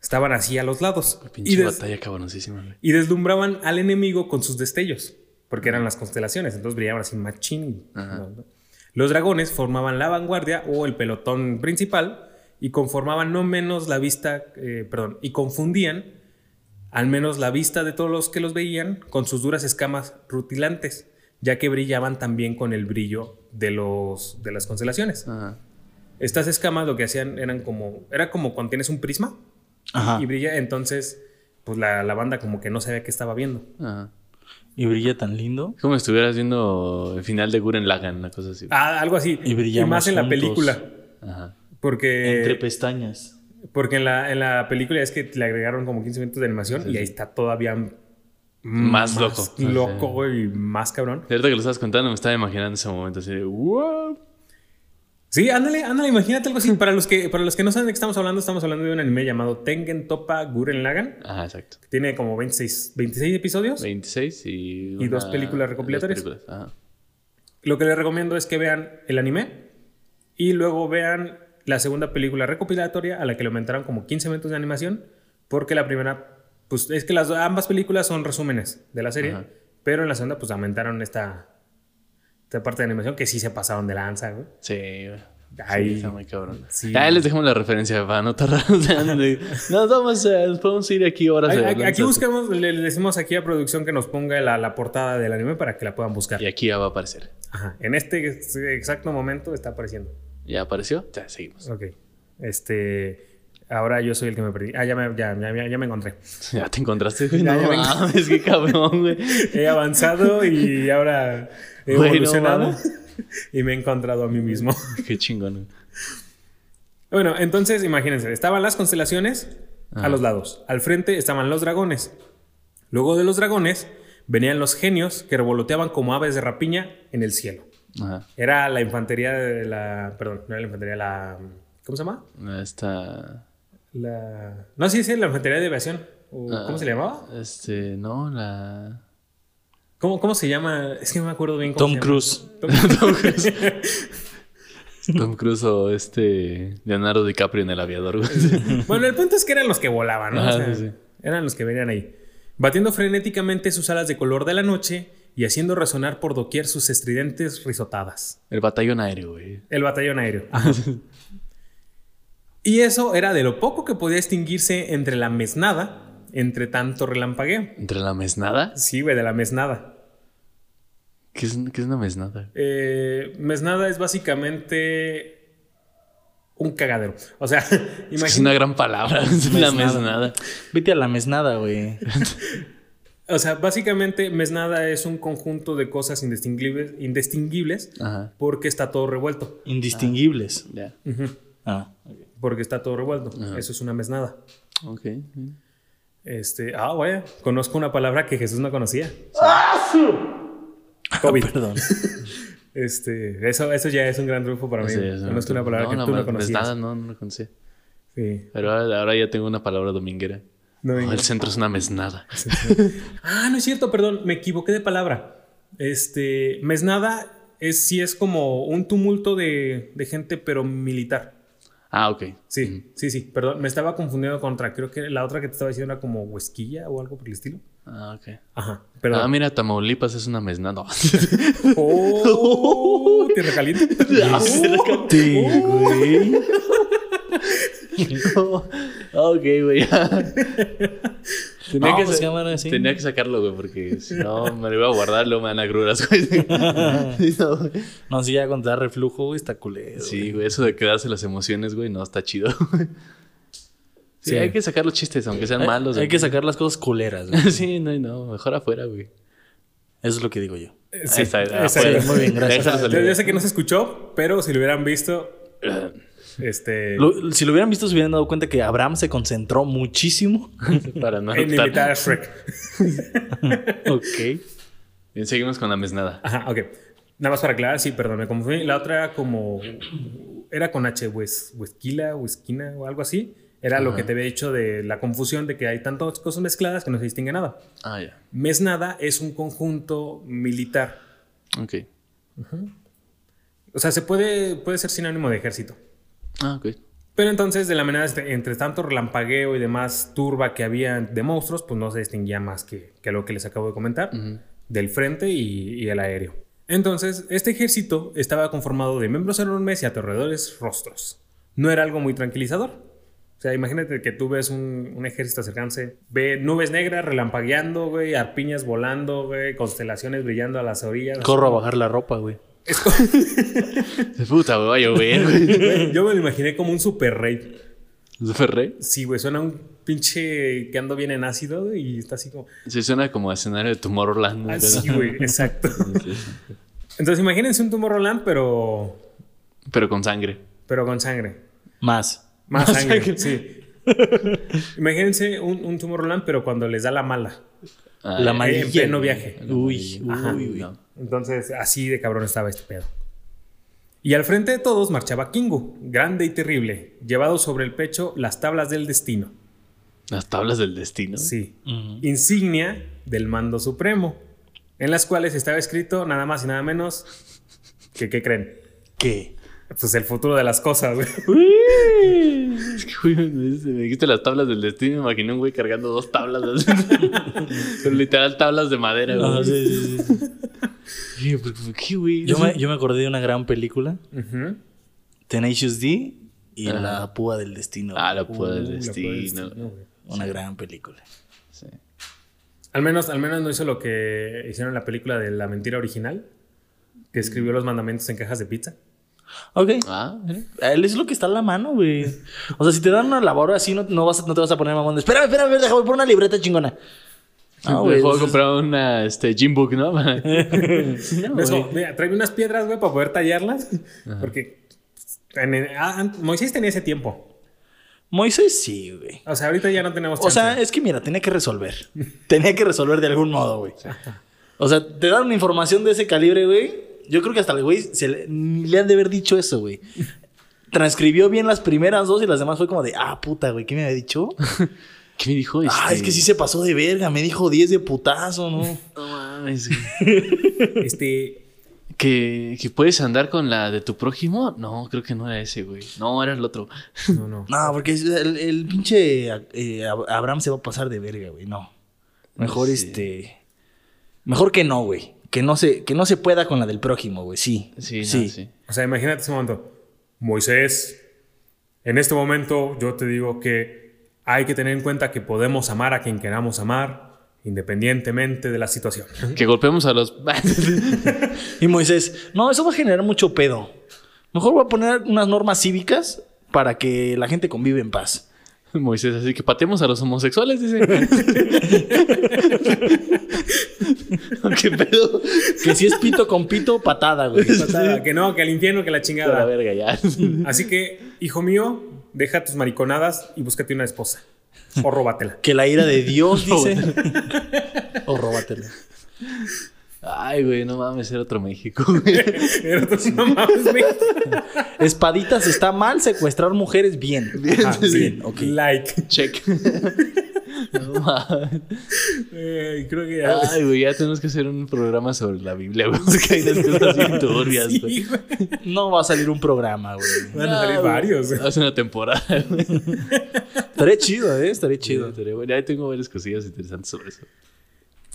Speaker 3: Estaban así a los lados. Y,
Speaker 2: Pinche
Speaker 3: des-
Speaker 2: batalla cabroncísima, güey.
Speaker 3: y deslumbraban al enemigo con sus destellos, porque eran las constelaciones, entonces brillaban así machín.
Speaker 2: Ajá.
Speaker 3: Los dragones formaban la vanguardia o el pelotón principal y conformaban no menos la vista, eh, perdón, y confundían al menos la vista de todos los que los veían con sus duras escamas rutilantes, ya que brillaban también con el brillo de, los, de las constelaciones.
Speaker 2: Ajá.
Speaker 3: Estas escamas lo que hacían eran como, era como cuando tienes un prisma
Speaker 1: Ajá.
Speaker 3: y brilla, entonces pues la, la banda como que no sabía qué estaba viendo.
Speaker 2: Ajá.
Speaker 1: Y brilla tan lindo.
Speaker 2: Es como si estuvieras viendo el final de Guren Lagan, una cosa así. güey.
Speaker 3: Ah, algo así.
Speaker 1: Y brillamos
Speaker 3: más en la
Speaker 1: juntos.
Speaker 3: película.
Speaker 2: Ajá.
Speaker 3: Porque
Speaker 1: Entre pestañas.
Speaker 3: Porque en la, en la película es que le agregaron como 15 minutos de animación y ahí está todavía m-
Speaker 2: Más loco.
Speaker 3: Loco,
Speaker 2: Sí.
Speaker 3: güey, y más cabrón.
Speaker 2: De verdad que lo estabas contando, me estaba imaginando ese momento así de wow.
Speaker 3: Sí, ándale, ándale, imagínate algo así. Para los que, para los que no saben de qué estamos hablando, estamos hablando de un anime llamado Tengen Toppa Guren Lagan.
Speaker 2: Ajá, exacto.
Speaker 3: que Tiene como 26, 26 episodios.
Speaker 2: 26 y.
Speaker 3: Y dos películas recopilatorias.
Speaker 2: dos películas, Ajá.
Speaker 3: Lo que les recomiendo es que vean el anime y luego vean la segunda película recopilatoria a la que le aumentaron como 15 minutos de animación porque la primera, pues es que las do- ambas películas son resúmenes de la serie,
Speaker 2: Ajá.
Speaker 3: pero en la segunda pues aumentaron esta, esta parte de animación que sí se pasaron de lanza, güey.
Speaker 2: Sí, güey.
Speaker 3: Ay.
Speaker 2: Sí, está muy cabrón. Ah,
Speaker 3: Sí.
Speaker 2: Ahí les dejamos la referencia para no tardar. O sea, de- Nos vamos a, nos podemos ir aquí horas.
Speaker 3: Ay,
Speaker 2: de
Speaker 3: Aquí, aquí
Speaker 2: lanzas.
Speaker 3: buscamos, le, le decimos aquí a producción que nos ponga la, la portada del anime para que la puedan buscar.
Speaker 2: Y aquí ya va a aparecer.
Speaker 3: Ajá, En este ex- exacto momento está apareciendo.
Speaker 2: ¿Ya apareció? Ya, seguimos.
Speaker 3: Ok. Este, ahora yo soy el que me perdí. Ah, ya me, ya- ya- ya- ya me encontré.
Speaker 2: Ya te encontraste, güey.
Speaker 3: Ya,
Speaker 2: No
Speaker 3: ya me-
Speaker 2: mames, qué cabrón, güey.
Speaker 3: He avanzado y ahora he
Speaker 2: Güey, no
Speaker 3: evolucionado
Speaker 2: mames.
Speaker 3: y me he encontrado a mí mismo.
Speaker 2: Qué chingón, güey.
Speaker 3: Bueno, entonces imagínense, estaban las constelaciones a
Speaker 2: Ajá.
Speaker 3: los lados. Al frente estaban los dragones. Luego de los dragones venían los genios que revoloteaban como aves de rapiña en el cielo.
Speaker 2: Ajá.
Speaker 3: Era la infantería de la... Perdón, no era la infantería, la... ¿Cómo se llama?
Speaker 2: Esta.
Speaker 3: La... No, sí, sí, la infantería de aviación. o
Speaker 2: ah,
Speaker 3: ¿Cómo se le llamaba?
Speaker 2: Este, no, la.
Speaker 3: ¿Cómo, ¿Cómo se llama? Es que no me acuerdo bien. cómo
Speaker 1: Tom
Speaker 3: se llama.
Speaker 1: Cruise.
Speaker 3: Tom Cruise.
Speaker 2: Tom Cruise o este. Leonardo DiCaprio en el aviador, güey.
Speaker 3: Bueno, el punto es que eran los que volaban, ¿no?
Speaker 2: Ajá,
Speaker 3: O sea,
Speaker 2: sí, sí.
Speaker 3: Eran los que venían ahí. Batiendo frenéticamente sus alas de color de la noche y haciendo resonar por doquier sus estridentes risotadas.
Speaker 2: El batallón aéreo, güey.
Speaker 3: El batallón aéreo. y eso era de lo poco que podía distinguirse entre la mesnada, entre tanto relampagueo.
Speaker 2: ¿Entre la mesnada?
Speaker 3: Sí, güey, de la mesnada.
Speaker 2: ¿Qué es, qué es una mesnada?
Speaker 3: Eh, mesnada es básicamente un cagadero. O sea,
Speaker 2: Es, que es una
Speaker 3: imagina.
Speaker 2: gran palabra. Es la mesnada.
Speaker 1: Vete a la mesnada, güey.
Speaker 3: O sea, básicamente mesnada es un conjunto de cosas indistinguibles, indistinguibles
Speaker 2: Ajá.
Speaker 3: porque está todo revuelto.
Speaker 1: Indistinguibles.
Speaker 2: Ya.
Speaker 1: Ah.
Speaker 3: Porque está todo revuelto. Eso es una mesnada.
Speaker 2: Ok.
Speaker 3: Este, ah, vaya, conozco una palabra que Jesús no conocía. COVID.
Speaker 1: Ah. Perdón.
Speaker 3: Este, eso, eso ya es un gran triunfo para mí.
Speaker 2: Sí, es
Speaker 3: conozco una palabra que
Speaker 2: no,
Speaker 3: tú no
Speaker 2: la mesnada
Speaker 3: conocías.
Speaker 2: no, no la conocía.
Speaker 3: Sí.
Speaker 2: Pero ahora, ahora ya tengo una palabra dominguera.
Speaker 3: No,
Speaker 2: Oh, el centro es una mesnada.
Speaker 3: Ah, no es cierto, perdón, me equivoqué de palabra. Este, mesnada es sí es como un tumulto de, de gente, pero militar.
Speaker 2: Ah, ok.
Speaker 3: Sí, sí, sí, perdón, me estaba confundiendo contra, creo que la otra que te estaba diciendo era como huesquilla o algo por el estilo.
Speaker 2: Ah, ok.
Speaker 3: Ajá, perdón.
Speaker 2: Ah, mira, Tamaulipas es una mesnada.
Speaker 3: ¡Oh! ¿Te ¡Uh! recaliento?
Speaker 1: Este, güey.
Speaker 2: No. Ok, güey. tenía,
Speaker 1: No,
Speaker 2: que
Speaker 1: pues,
Speaker 2: sa-
Speaker 1: cámara, sí.
Speaker 2: tenía que sacarlo, güey, porque si no me lo iba a guardar, luego me dan agruras, güey. Sí, no, güey.
Speaker 1: No, sí, ya cuando da reflujo, güey, está culero.
Speaker 2: sí, güey, eso de quedarse las emociones, güey, no está chido. güey. Sí,
Speaker 1: Sí.
Speaker 2: hay que sacar los chistes, aunque sean
Speaker 1: Hay-
Speaker 2: malos.
Speaker 1: Eh, Hay,
Speaker 2: güey.
Speaker 1: que sacar las cosas culeras, güey. Eso
Speaker 2: sí, no, no, mejor afuera, güey.
Speaker 1: es lo que digo yo.
Speaker 3: Sí,
Speaker 2: Ahí está,
Speaker 3: exacto.
Speaker 2: afuera.
Speaker 1: muy bien, gracias.
Speaker 2: Déjalo
Speaker 3: Ya,
Speaker 2: salir.
Speaker 3: ya sé que no se escuchó, pero si lo hubieran visto, este,
Speaker 1: Lo- si lo hubieran visto, se hubieran dado cuenta que Abraham se concentró muchísimo.
Speaker 2: Para no
Speaker 3: en
Speaker 2: estar-
Speaker 3: imitar a Shrek.
Speaker 1: ok.
Speaker 2: Bien, seguimos con la mesnada.
Speaker 3: Ajá, ok. Nada más para aclarar, sí, perdón, me confundí. La otra era como, era con H, hues- huesquila, huesquina o algo así. Era lo que te había dicho de la confusión de que hay tantas cosas mezcladas que no se distingue nada.
Speaker 2: Ah, ya.
Speaker 3: Mesnada es un conjunto militar.
Speaker 2: Ok.
Speaker 3: O sea, se puede, puede ser sinónimo de ejército.
Speaker 2: Ah, ok.
Speaker 3: Pero entonces, de la manera, este- entre tanto relampagueo y demás turba que había de monstruos, pues no se distinguía más que, que lo que les acabo de comentar, del frente y, y el aéreo. Entonces, este ejército estaba conformado de miembros enormes y aterradores rostros. No era algo muy tranquilizador. O sea, imagínate que tú ves un, un ejército acercarse, ve nubes negras relampagueando, güey, arpiñas volando, güey, constelaciones brillando a las orillas.
Speaker 1: Corro a bajar la ropa, güey.
Speaker 3: Es co-
Speaker 2: De puta, güey, va a llover, güey.
Speaker 3: Güey, Yo me lo imaginé como un super rey.
Speaker 2: ¿Se ferré?
Speaker 3: Sí, güey, suena un pinche que ando bien en ácido güey, y está así como.
Speaker 2: Se suena como a escenario de Tomorrowland.
Speaker 3: Ah,
Speaker 2: ¿verdad?
Speaker 3: sí, güey, exacto.
Speaker 2: Sí, sí.
Speaker 3: Entonces imagínense un tumor Roland, pero,
Speaker 2: Pero con sangre.
Speaker 3: pero con sangre.
Speaker 1: Más.
Speaker 3: Más sangre, sí. Imagínense un, un tumor Roland, pero cuando les da la mala.
Speaker 2: Ah,
Speaker 1: la
Speaker 2: ya.
Speaker 1: amarilla.
Speaker 3: en pleno
Speaker 1: güey.
Speaker 3: viaje.
Speaker 1: Uy,
Speaker 3: Ajá.
Speaker 1: uy, uy.
Speaker 2: No.
Speaker 3: Entonces, así de cabrón estaba este pedo. Y al frente de todos marchaba Kingu, grande y terrible, llevado sobre el pecho las tablas del destino.
Speaker 2: Las tablas del destino.
Speaker 3: Sí.
Speaker 1: Ujú.
Speaker 3: Insignia del mando supremo, en las cuales estaba escrito nada más y nada menos que, ¿qué creen?
Speaker 1: ¿Qué?
Speaker 3: Pues el futuro de las cosas, güey.
Speaker 2: Es que, güey, me me dijiste las tablas del destino. Me imaginé un güey cargando dos tablas. así. Pero literal, tablas de madera, güey.
Speaker 1: Ah, sí, sí, sí.
Speaker 2: Dije, ¿por- por ¿Qué, güey?
Speaker 1: Yo, me, yo me acordé de una gran película,
Speaker 3: Ujú.
Speaker 1: Tenacious D y
Speaker 2: Ajá.
Speaker 1: La Púa del Destino.
Speaker 2: Ah, la púa
Speaker 3: Uh,
Speaker 2: del
Speaker 3: la
Speaker 2: destino.
Speaker 3: puedes- no, güey.
Speaker 1: Una gran película.
Speaker 2: Sí.
Speaker 3: Al menos, al menos no hizo lo que hicieron en la película de la mentira original, que escribió los mandamientos en cajas de pizza.
Speaker 1: Ok.
Speaker 2: Ah, mira.
Speaker 1: A él es lo que está en la mano, güey. O sea, si te dan una labor así, no, no, vas a- no te vas a poner mamón. de, Espérame, espérame, espérame, déjame por una libreta chingona. No, güey. Eh.
Speaker 2: Mejor
Speaker 1: entonces-
Speaker 2: comprar una este, gym book, ¿no?
Speaker 1: No,
Speaker 3: Eso,
Speaker 1: güey.
Speaker 3: mira, tráeme unas piedras, güey, para poder tallarlas. Porque en el- ah, an- Moisés tenía ese tiempo.
Speaker 1: Moisés sí, güey.
Speaker 3: O sea, ahorita ya no tenemos
Speaker 1: O sea,
Speaker 3: chance.
Speaker 1: es que mira, tenía que resolver. Tenía que resolver de algún modo, güey. O sea, te dan una información de ese calibre, güey. Yo creo que hasta el güey se le, ni le han de haber dicho eso, güey. Transcribió bien las primeras dos y las demás fue como de, ah, puta, güey, ¿qué me había dicho?
Speaker 3: Este.
Speaker 2: ¿Qué me dijo? Este,
Speaker 1: Ah, es que sí se pasó de verga, me dijo 10 de putazo, ¿no?
Speaker 2: No mames, güey.
Speaker 3: Este,
Speaker 2: ¿Que, que puedes andar con la de tu prójimo. No, creo que no era ese, güey. No, era el otro.
Speaker 3: no, no.
Speaker 1: No, porque es- el, el pinche eh, Ab- Abraham se va a pasar de verga, güey, no. Mejor
Speaker 2: Sí.
Speaker 1: este... Mejor que no, güey. Que no, se, que no se pueda con la del prójimo, güey, sí.
Speaker 2: Sí, no, sí.
Speaker 3: O sea, imagínate ese momento. Moisés, en este momento yo te digo que hay que tener en cuenta que podemos amar a quien queramos amar, independientemente de la situación.
Speaker 2: Que golpeemos a los.
Speaker 1: Y Moisés, no, eso va a generar mucho pedo. Mejor voy a poner unas normas cívicas para que la gente convive en paz.
Speaker 2: Moisés, así que patemos a los homosexuales, dice. ¿Qué pedo?
Speaker 1: Que si es pito con pito, patada, güey.
Speaker 3: Patada, que no, que al infierno, que la
Speaker 2: A la
Speaker 3: chingada.
Speaker 2: verga, ya.
Speaker 3: Así que, hijo mío, deja tus mariconadas y búscate una esposa. O róbatela.
Speaker 1: Que la ira de Dios dice. o róbatela.
Speaker 2: Ay, güey, no mames, era otro México, güey.
Speaker 3: Pero tú no mames, güey.
Speaker 1: Espaditas está mal, secuestrar mujeres bien.
Speaker 3: Ah,
Speaker 1: Ajá,
Speaker 3: sí.
Speaker 1: bien, ok.
Speaker 3: Like.
Speaker 2: Check. No mames.
Speaker 3: Eh, creo que ya.
Speaker 2: Ay, güey, ya tenemos que hacer un programa sobre la Biblia, güey. Porque hay unas cosas bien turbias,
Speaker 3: Sí,
Speaker 2: güey.
Speaker 3: güey.
Speaker 1: No va a salir un programa, güey.
Speaker 3: Van a salir
Speaker 2: No, güey.
Speaker 3: varios. güey.
Speaker 2: Hace una temporada, güey.
Speaker 1: Estaría chido, ¿eh? Estaría chido.
Speaker 2: Estaría bueno. Ahí tengo varias cosillas interesantes sobre eso.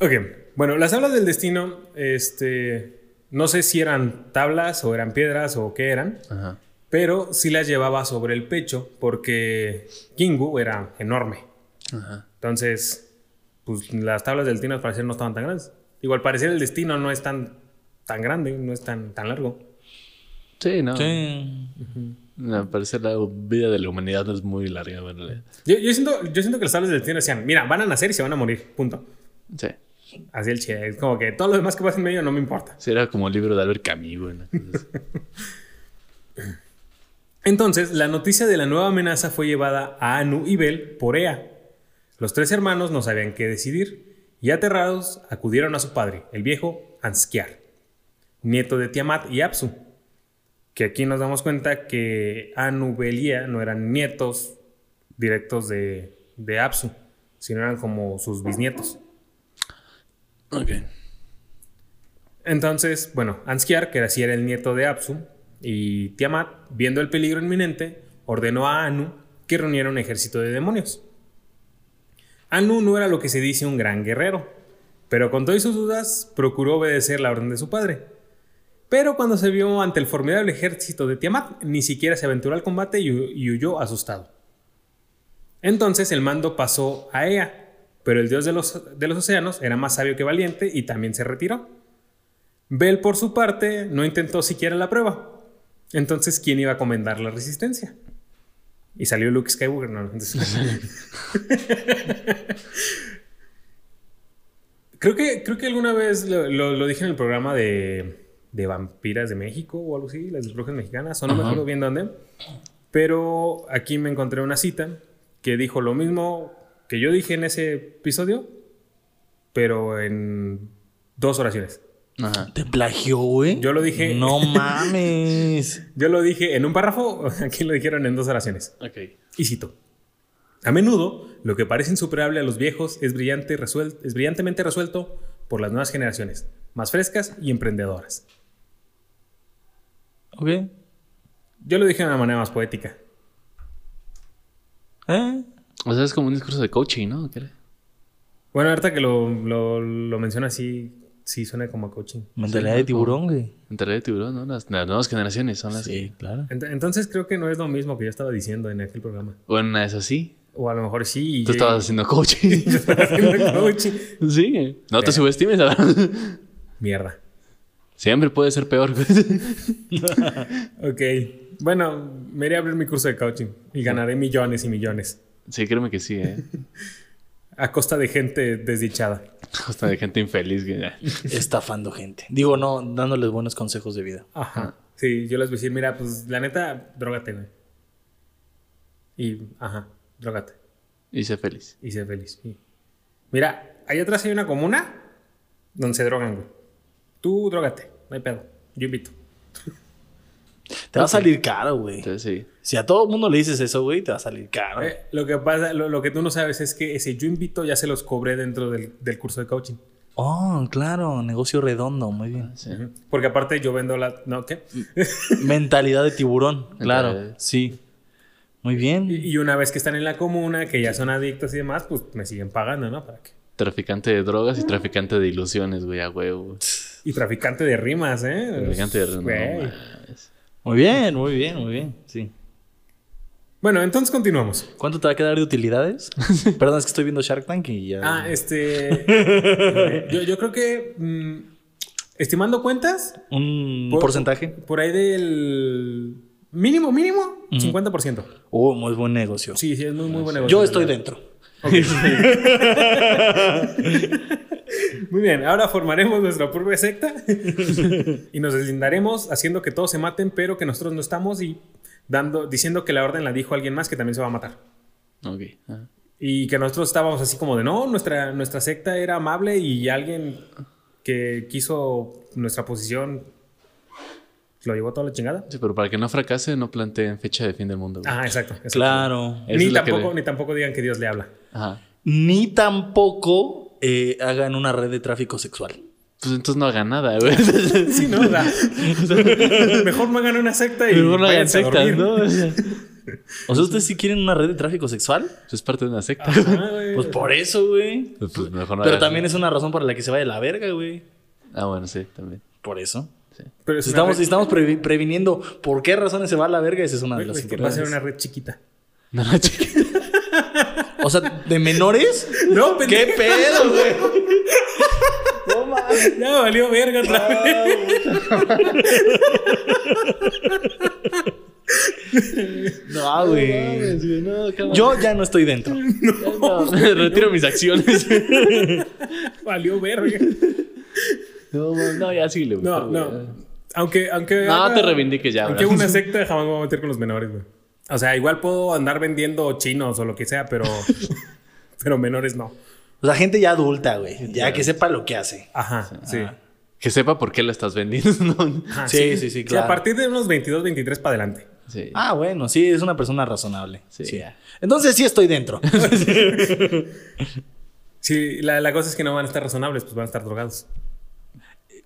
Speaker 3: Ok, bueno, las tablas del destino, este, no sé si eran tablas o eran piedras o qué eran,
Speaker 2: Ajá.
Speaker 3: pero sí las llevaba sobre el pecho porque Kingu era enorme. Entonces, pues las tablas del destino al parecer no estaban tan grandes. Digo, al parecer el destino no es tan, tan grande, no es tan, tan largo.
Speaker 2: Sí, no.
Speaker 1: Sí.
Speaker 2: Me parece la vida de la humanidad no es muy larga, en realidad.
Speaker 3: Yo, yo siento, yo siento que las tablas del destino decían, mira, van a nacer y se van a morir, punto.
Speaker 2: Sí.
Speaker 3: Así el che, es como que todo lo demás que pasa en medio no me importa.
Speaker 2: Sí, era como el libro de Albert Camus, güey. una cosa así.
Speaker 3: Entonces, la noticia de la nueva amenaza fue llevada a Anu y Bel por Ea. Los tres hermanos no sabían qué decidir y aterrados acudieron a su padre, el viejo Anskiar, nieto de Tiamat y Apsu. Que aquí nos damos cuenta que Anu, Bel y Ea no eran nietos directos de, de Apsu, sino eran como sus bisnietos.
Speaker 2: Ok.
Speaker 3: Entonces, bueno, Anskiar, que así era el nieto de Apsu, y Tiamat, viendo el peligro inminente, ordenó a Anu que reuniera un ejército de demonios. Anu no era lo que se dice un gran guerrero, pero con todas sus dudas procuró obedecer la orden de su padre. Pero cuando se vio ante el formidable ejército de Tiamat, ni siquiera se aventuró al combate y, hu- y huyó asustado. Entonces el mando pasó a Ea, pero el dios de los, de los océanos era más sabio que valiente y también se retiró. Bell, por su parte, no intentó siquiera la prueba. Entonces, ¿quién iba a comendar la resistencia? Y salió Luke Skywalker. No, no, entonces- creo, que, creo que alguna vez lo, lo- lo dije en el programa de, de Vampiras de México o algo así, las brujas mexicanas, o no me
Speaker 2: Ajá.
Speaker 3: acuerdo bien dónde. Pero aquí me encontré una cita que dijo lo mismo que yo dije en ese episodio, pero en dos oraciones.
Speaker 2: Ajá.
Speaker 1: Te plagió, güey.
Speaker 3: Yo lo dije.
Speaker 1: No mames.
Speaker 3: Yo lo dije en un párrafo, aquí lo dijeron en dos oraciones.
Speaker 2: Ok.
Speaker 3: Y cito. A menudo, lo que parece insuperable a los viejos es, brillante resuel- es brillantemente resuelto por las nuevas generaciones, más frescas y emprendedoras.
Speaker 1: Ok.
Speaker 3: Yo lo dije de una manera más poética.
Speaker 1: ¿Eh?
Speaker 2: O sea, es como un discurso de coaching, ¿no? ¿Qué era?
Speaker 3: Bueno, ahorita que lo, lo, lo menciona así, sí suena como a coaching.
Speaker 1: Mentalidad de tiburón, güey.
Speaker 2: En realidad de tiburón, ¿no? Las, las nuevas generaciones son las
Speaker 1: Sí, claro.
Speaker 3: Ent- entonces creo que no es lo mismo que yo estaba diciendo en aquel programa.
Speaker 2: que... Bueno, es así.
Speaker 3: O a lo mejor sí. y
Speaker 2: Tú
Speaker 3: yo-
Speaker 2: estabas haciendo coaching.
Speaker 3: yo estaba haciendo coaching.
Speaker 2: sí. No te
Speaker 3: Sí.
Speaker 2: subestimes, Abraham.
Speaker 3: Mierda.
Speaker 2: Siempre puede ser peor. güey.
Speaker 3: Ok. Bueno, me iré a abrir mi curso de coaching y ganaré millones y millones
Speaker 2: sí, créeme que sí, ¿eh?
Speaker 3: a costa de gente desdichada.
Speaker 2: Hasta de gente infeliz. güey.
Speaker 1: Estafando gente. Digo, no, dándoles buenos consejos de vida.
Speaker 3: Ajá. Sí, yo les voy a decir, mira, pues la neta, drogate, güey. Y, ajá, drogate.
Speaker 2: Y sé feliz.
Speaker 3: Y sé feliz. sí. Mira, ahí atrás hay una comuna donde se drogan, güey. Tú drogate, no hay pedo. Yo invito.
Speaker 1: Te va a salir caro, güey.
Speaker 2: Entonces sí.
Speaker 1: Si a todo el mundo le dices eso, güey, te va a salir caro.
Speaker 3: Eh, lo que pasa, lo, lo que tú no sabes es que ese yo invito ya se los cobré dentro del, del curso de coaching.
Speaker 1: Oh, claro, negocio redondo, muy bien.
Speaker 2: sí.
Speaker 3: Porque aparte yo vendo la... ¿No? ¿Qué?
Speaker 1: Mentalidad de tiburón, claro,
Speaker 2: Mentalidad.
Speaker 1: sí. Muy bien.
Speaker 3: Y, y una vez que están en la comuna, que ya son adictos y demás, pues me siguen pagando, ¿no? ¿Para qué?
Speaker 2: Traficante de drogas y traficante de ilusiones, güey, a huevo.
Speaker 3: Y traficante de rimas, ¿eh?
Speaker 2: Traficante de no
Speaker 3: Güey.
Speaker 2: mames.
Speaker 1: Muy bien, muy bien, muy bien, sí.
Speaker 3: Bueno, entonces continuamos.
Speaker 1: ¿Cuánto te va a quedar de utilidades? Perdón, es que estoy viendo Shark Tank y ya.
Speaker 3: Ah, este. yo, yo creo que. mm, estimando cuentas.
Speaker 1: un
Speaker 3: por-
Speaker 1: porcentaje.
Speaker 3: Por ahí del. Mínimo, mínimo, 50%.
Speaker 1: Oh, muy buen negocio.
Speaker 3: Sí, sí, es muy, muy buen negocio.
Speaker 1: Yo estoy
Speaker 3: la
Speaker 1: dentro.
Speaker 3: verdad. Muy bien, ahora formaremos nuestra propia secta y nos deslindaremos haciendo que todos se maten, pero que nosotros no estamos y dando, diciendo que la orden la dijo alguien más que también se va a matar.
Speaker 2: Ok. ah.
Speaker 3: Y que nosotros estábamos así como de no, nuestra, nuestra secta era amable y alguien que quiso nuestra posición lo llevó toda la chingada.
Speaker 2: Sí, pero para que no fracase, no planteen fecha de fin del mundo. güey.
Speaker 3: Ah, exacto. exacto.
Speaker 1: Claro.
Speaker 2: Esa
Speaker 3: Ni
Speaker 2: es la que
Speaker 3: tampoco,
Speaker 2: le-
Speaker 3: ni tampoco digan que Dios le habla.
Speaker 2: Ajá.
Speaker 1: Ni tampoco eh, hagan una red de tráfico sexual.
Speaker 2: Pues entonces no hagan nada, güey.
Speaker 3: Sí, no, O sea, mejor no hagan una secta y
Speaker 2: Mejor no hagan
Speaker 3: váyanse a
Speaker 2: sectas,
Speaker 3: dormir.
Speaker 2: ¿no? O sea,
Speaker 1: O sea, ustedes si quieren una red de tráfico sexual,
Speaker 2: pues es parte de una secta.
Speaker 3: Ajá, Ah, güey.
Speaker 1: pues por eso, güey.
Speaker 2: Pues mejor no
Speaker 1: Pero
Speaker 2: hagan-
Speaker 1: también es una razón para la que se vaya la verga, güey.
Speaker 2: Ah, bueno, sí, también.
Speaker 1: Por eso.
Speaker 2: sí.
Speaker 3: Pero es
Speaker 1: Si
Speaker 3: una
Speaker 1: estamos,
Speaker 3: red-
Speaker 1: si estamos previ- previniendo por qué razones se va a la verga, esa es una de
Speaker 3: Güey,
Speaker 1: las
Speaker 3: es que va a ser
Speaker 1: importantes.
Speaker 3: una red chiquita.
Speaker 2: No, la chiquita.
Speaker 1: O sea, ¿de menores?
Speaker 3: No,
Speaker 1: ¿Qué
Speaker 3: pendejo.
Speaker 1: pedo, güey? No mames.
Speaker 3: Ya valió verga otra
Speaker 2: Ah.
Speaker 3: vez.
Speaker 1: No, güey.
Speaker 2: No, cámara.
Speaker 1: Yo ya no estoy dentro.
Speaker 2: No, retiro mis acciones.
Speaker 3: Valió verga.
Speaker 2: No, no, ya síguele, güey.
Speaker 3: No, no. Aunque, aunque.
Speaker 2: No, te reivindiques ya,
Speaker 3: Aunque
Speaker 2: bro.
Speaker 3: una secta jamás me voy a meter con los menores, güey. O sea, igual puedo andar vendiendo chinos o lo que sea, pero. pero menores no.
Speaker 1: O sea, gente ya adulta, güey. Ya que sepa lo que hace.
Speaker 3: Ajá, sí.
Speaker 2: Que sepa por qué la estás vendiendo. ¿no?
Speaker 3: Ajá,
Speaker 1: Sí, sí, sí, claro.
Speaker 3: A partir de unos 22, 23 para adelante.
Speaker 2: Sí.
Speaker 1: Ah, bueno, sí, es una persona razonable.
Speaker 2: Sí.
Speaker 1: Sí. Entonces sí estoy dentro.
Speaker 3: Sí, la, la cosa es que no van a estar razonables, pues van a estar drogados.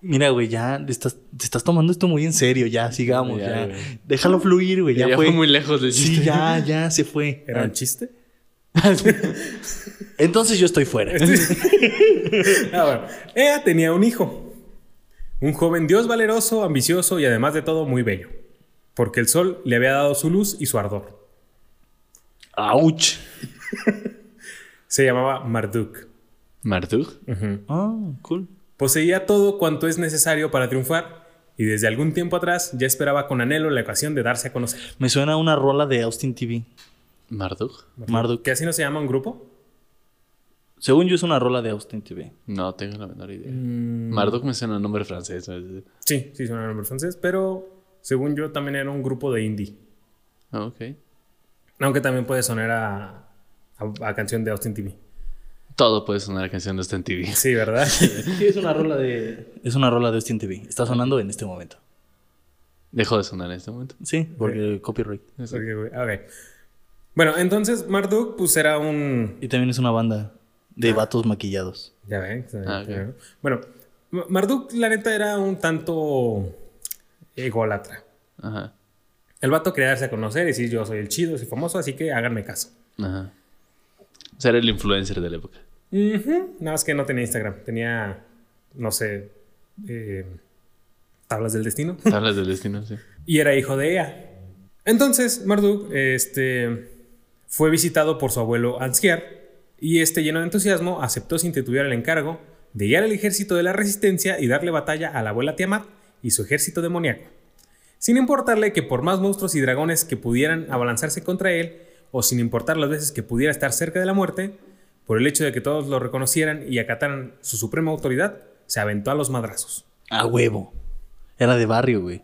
Speaker 1: Mira, güey, ya te estás, te estás tomando esto muy en serio. Ya, sigamos,
Speaker 2: Ya,
Speaker 1: ya.
Speaker 2: güey.
Speaker 1: Déjalo fluir, güey.
Speaker 2: ya
Speaker 1: Ya,
Speaker 2: fue
Speaker 1: fue.
Speaker 2: muy lejos del
Speaker 1: Sí,
Speaker 2: chiste.
Speaker 1: ya, ya se fue. Ah,
Speaker 3: ¿Era un chiste?
Speaker 1: Entonces yo estoy fuera.
Speaker 3: Este Ah, bueno. Ea tenía un hijo. Un joven dios valeroso, ambicioso y además de todo muy bello. Porque el sol le había dado su luz y su ardor.
Speaker 1: Auch.
Speaker 3: Se llamaba Marduk.
Speaker 2: Marduk.
Speaker 1: Ah, cool.
Speaker 3: Poseía todo cuanto es necesario para triunfar y desde algún tiempo atrás ya esperaba con anhelo la ocasión de darse a conocer.
Speaker 1: Me suena una rola de Austin TV.
Speaker 2: Marduk.
Speaker 1: Marduk.
Speaker 3: ¿Qué así no se llama un grupo?
Speaker 1: Según yo es una rola de Austin TV.
Speaker 2: No tengo la menor idea. Marduk me suena un nombre francés. ¿no?
Speaker 3: Sí, sí, suena nombre francés, pero según yo también era un grupo de indie.
Speaker 2: Ah, ok.
Speaker 3: Aunque también puede sonar a, a- a canción de Austin TV.
Speaker 2: Todo puede sonar a canción de Stan TV.
Speaker 3: Sí, ¿verdad?
Speaker 1: Sí, es una rola de. Es una rola de Austin TV. Está sonando en este momento.
Speaker 2: Dejó de sonar en este momento.
Speaker 1: Sí, porque copyright.
Speaker 3: Ok, güey, ok. Bueno, entonces Marduk pues era un...
Speaker 1: Y también es una banda de vatos maquillados.
Speaker 3: Ya ven.
Speaker 2: Ah, ok.
Speaker 3: Bueno, M- Marduk la neta era un tanto ególatra.
Speaker 2: Ajá.
Speaker 3: El vato quería darse a conocer y decir yo soy el chido, soy famoso, así que háganme caso.
Speaker 2: Ajá. O sea, era el influencer de la época.
Speaker 3: Ujú. Nada más que no tenía Instagram, tenía, no sé, eh, tablas del destino.
Speaker 2: Tablas del destino, sí.
Speaker 3: y era hijo de ella. Entonces, Marduk este, fue visitado por su abuelo Ansgar y este, lleno de entusiasmo, aceptó sin titubear el encargo de guiar el ejército de la resistencia y darle batalla a la abuela Tiamat y su ejército demoníaco. Sin importarle que por más monstruos y dragones que pudieran abalanzarse contra él, o sin importar las veces que pudiera estar cerca de la muerte, por el hecho de que todos lo reconocieran y acataran su suprema autoridad, se aventó a los madrazos.
Speaker 1: A huevo. Era de barrio, güey.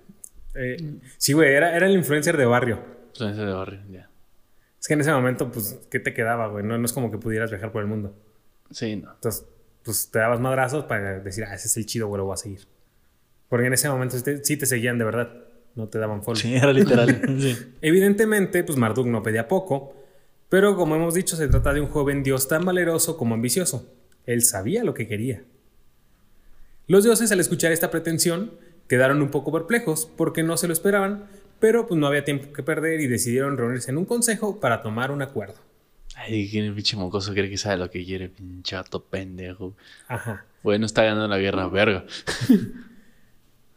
Speaker 3: Eh, sí, güey, era, era el influencer de barrio.
Speaker 2: Influencer de barrio, ya.
Speaker 3: Es que en ese momento, pues, ¿qué te quedaba, güey? No, no es como que pudieras viajar por el mundo.
Speaker 2: Sí, no.
Speaker 3: Entonces, pues, te dabas madrazos para decir, ah, ese es el chido, güey, lo voy a seguir. Porque en ese momento sí te, sí te seguían de verdad. No te daban follow.
Speaker 1: Sí, era literal. Sí.
Speaker 3: Evidentemente, pues, Marduk no pedía poco. Pero, como hemos dicho, se trata de un joven dios tan valeroso como ambicioso. Él sabía lo que quería. Los dioses, al escuchar esta pretensión, quedaron un poco perplejos porque no se lo esperaban. Pero, pues, no había tiempo que perder y decidieron reunirse en un consejo para tomar un acuerdo.
Speaker 2: Ay, ¿quién el pinche mocoso cree que sabe lo que quiere? Pinchato pendejo.
Speaker 3: Ajá.
Speaker 2: Bueno, está ganando la guerra, verga.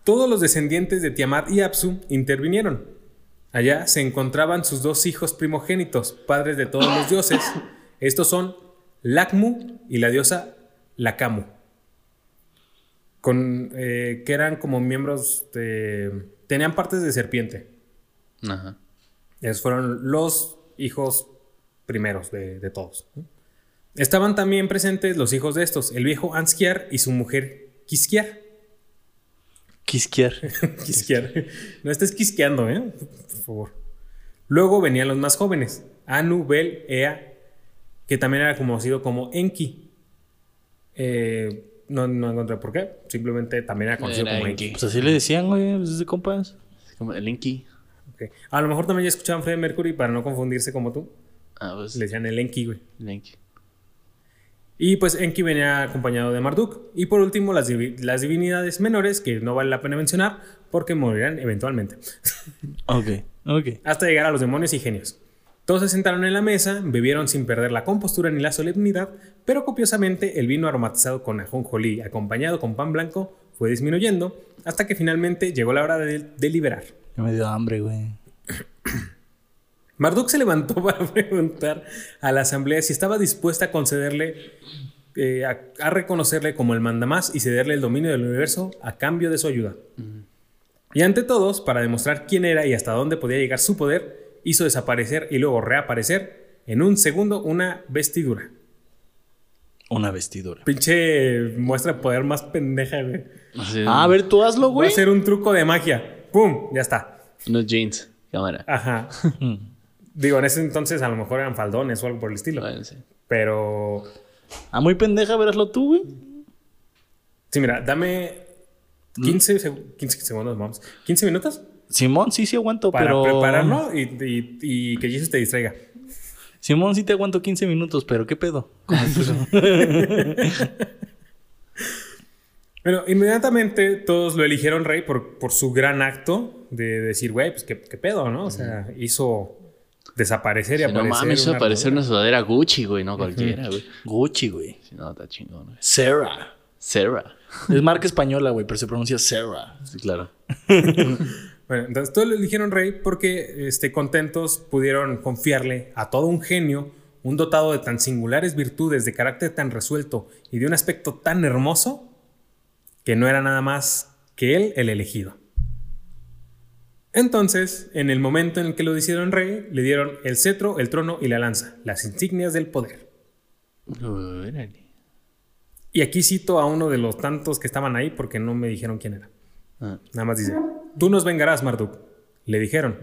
Speaker 3: Todos los descendientes de Tiamat y Apsu intervinieron. Allá se encontraban sus dos hijos primogénitos, padres de todos los dioses. Estos son Lakmu y la diosa Lakamu, con, eh, que eran como miembros de... tenían partes de serpiente.
Speaker 2: Ajá.
Speaker 3: Esos fueron los hijos primeros de, de todos. Estaban también presentes los hijos de estos, el viejo Anskiar y su mujer Kiskiar.
Speaker 1: Quisquear.
Speaker 3: Quisquear. No estés quisqueando, ¿eh? Por favor. Luego venían los más jóvenes. Anu, Bel, Ea, que también era conocido como Enki. Eh, no, no encontré por qué. Simplemente también era conocido
Speaker 2: Era
Speaker 3: como
Speaker 2: Enki.
Speaker 3: Enki.
Speaker 1: Pues así le decían, güey, pues es de compas.
Speaker 2: Es como el Inky.
Speaker 3: Ok. A lo mejor también ya escuchaban Freddie Mercury para no confundirse como tú.
Speaker 2: Ah, pues.
Speaker 3: Le decían el Enki, güey.
Speaker 2: el Inky.
Speaker 3: Y pues Enki venía acompañado de Marduk. Y por último, las, divi- las divinidades menores, que no vale la pena mencionar porque morirán eventualmente.
Speaker 1: Ok, ok.
Speaker 3: hasta llegar a los demonios y genios. Todos se sentaron en la mesa, bebieron sin perder la compostura ni la solemnidad, pero copiosamente el vino aromatizado con ajonjolí, acompañado con pan blanco, fue disminuyendo hasta que finalmente llegó la hora de deliberar.
Speaker 1: Ya me dio hambre, güey.
Speaker 3: Marduk se levantó para preguntar a la asamblea si estaba dispuesta a concederle, eh, a, a reconocerle como el mandamás y cederle el dominio del universo a cambio de su ayuda. Y ante todos, para demostrar quién era y hasta dónde podía llegar su poder, hizo desaparecer y luego reaparecer en un segundo una vestidura.
Speaker 1: Una vestidura.
Speaker 3: Pinche muestra de poder más pendeja, güey.
Speaker 2: Así,
Speaker 1: Ah, a ver, tú hazlo,
Speaker 3: Va a
Speaker 1: güey.
Speaker 3: ser un truco de magia. ¡Pum! Ya está.
Speaker 2: Unos jeans. Cámara.
Speaker 3: Ajá. Digo, en ese entonces a lo mejor eran faldones o algo por el estilo.
Speaker 2: Bueno, sí.
Speaker 3: Pero.
Speaker 1: Ah, muy pendeja, veráslo tú, güey.
Speaker 3: Sí, mira, dame
Speaker 2: Mm.
Speaker 3: 15, seg- 15 segundos, vamos. 15 minutos
Speaker 1: Simón, sí, sí aguanto,
Speaker 3: para
Speaker 1: pero.
Speaker 3: prepararlo y, y- y que Jesús te distraiga.
Speaker 1: Simón, sí te aguanto 15 minutos, pero ¿qué pedo?
Speaker 3: Bueno, inmediatamente todos lo eligieron rey por, por su gran acto de decir, güey, pues qué, qué pedo, ¿no? O sea, hizo desaparecer y
Speaker 2: Sí, no
Speaker 3: aparecer.
Speaker 2: mames, eso
Speaker 3: una
Speaker 2: parece
Speaker 3: armadura.
Speaker 2: una sudadera Gucci, güey. No cualquiera, güey.
Speaker 1: Gucci, güey.
Speaker 2: Si no, está chingón, güey.
Speaker 1: Sarah.
Speaker 2: Sarah.
Speaker 1: Es marca española, güey, pero se pronuncia Sarah.
Speaker 2: Sí, claro.
Speaker 3: Bueno, entonces todos lo eligieron rey porque este, contentos pudieron confiarle a todo un genio, un dotado de tan singulares virtudes, de carácter tan resuelto y de un aspecto tan hermoso, que no era nada más que él el elegido. Entonces, en el momento en el que lo hicieron rey, le dieron el cetro, el trono y la lanza, las insignias del poder.
Speaker 2: Órale.
Speaker 3: Y aquí cito a uno de los tantos que estaban ahí porque no me dijeron quién era.
Speaker 2: Ah.
Speaker 3: Nada más dice, tú nos vengarás, Marduk. Le dijeron,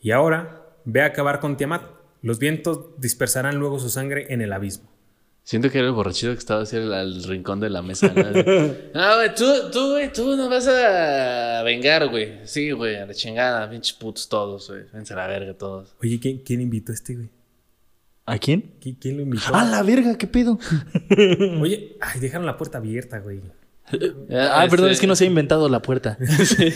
Speaker 3: y ahora ve a acabar con Tiamat. Los vientos dispersarán luego su sangre en el abismo.
Speaker 2: Siento que era el borrachito que estaba hacia el, al rincón de la mesa. ¿no? No, güey, tú, tú, güey, tú nos vas a vengar, güey. Sí, güey, a la chingada, pinches putos todos, güey. Vense a la verga todos.
Speaker 3: Oye, ¿quién, quién invitó a este güey?
Speaker 1: ¿A quién?
Speaker 3: ¿Qui- ¿Quién lo invitó?
Speaker 1: ¡Ah, la verga! ¿Qué pedo?
Speaker 3: Oye, ay, dejaron la puerta abierta, güey.
Speaker 1: Ah, perdón, es que no
Speaker 2: sé.
Speaker 1: se ha inventado la puerta.
Speaker 2: Este,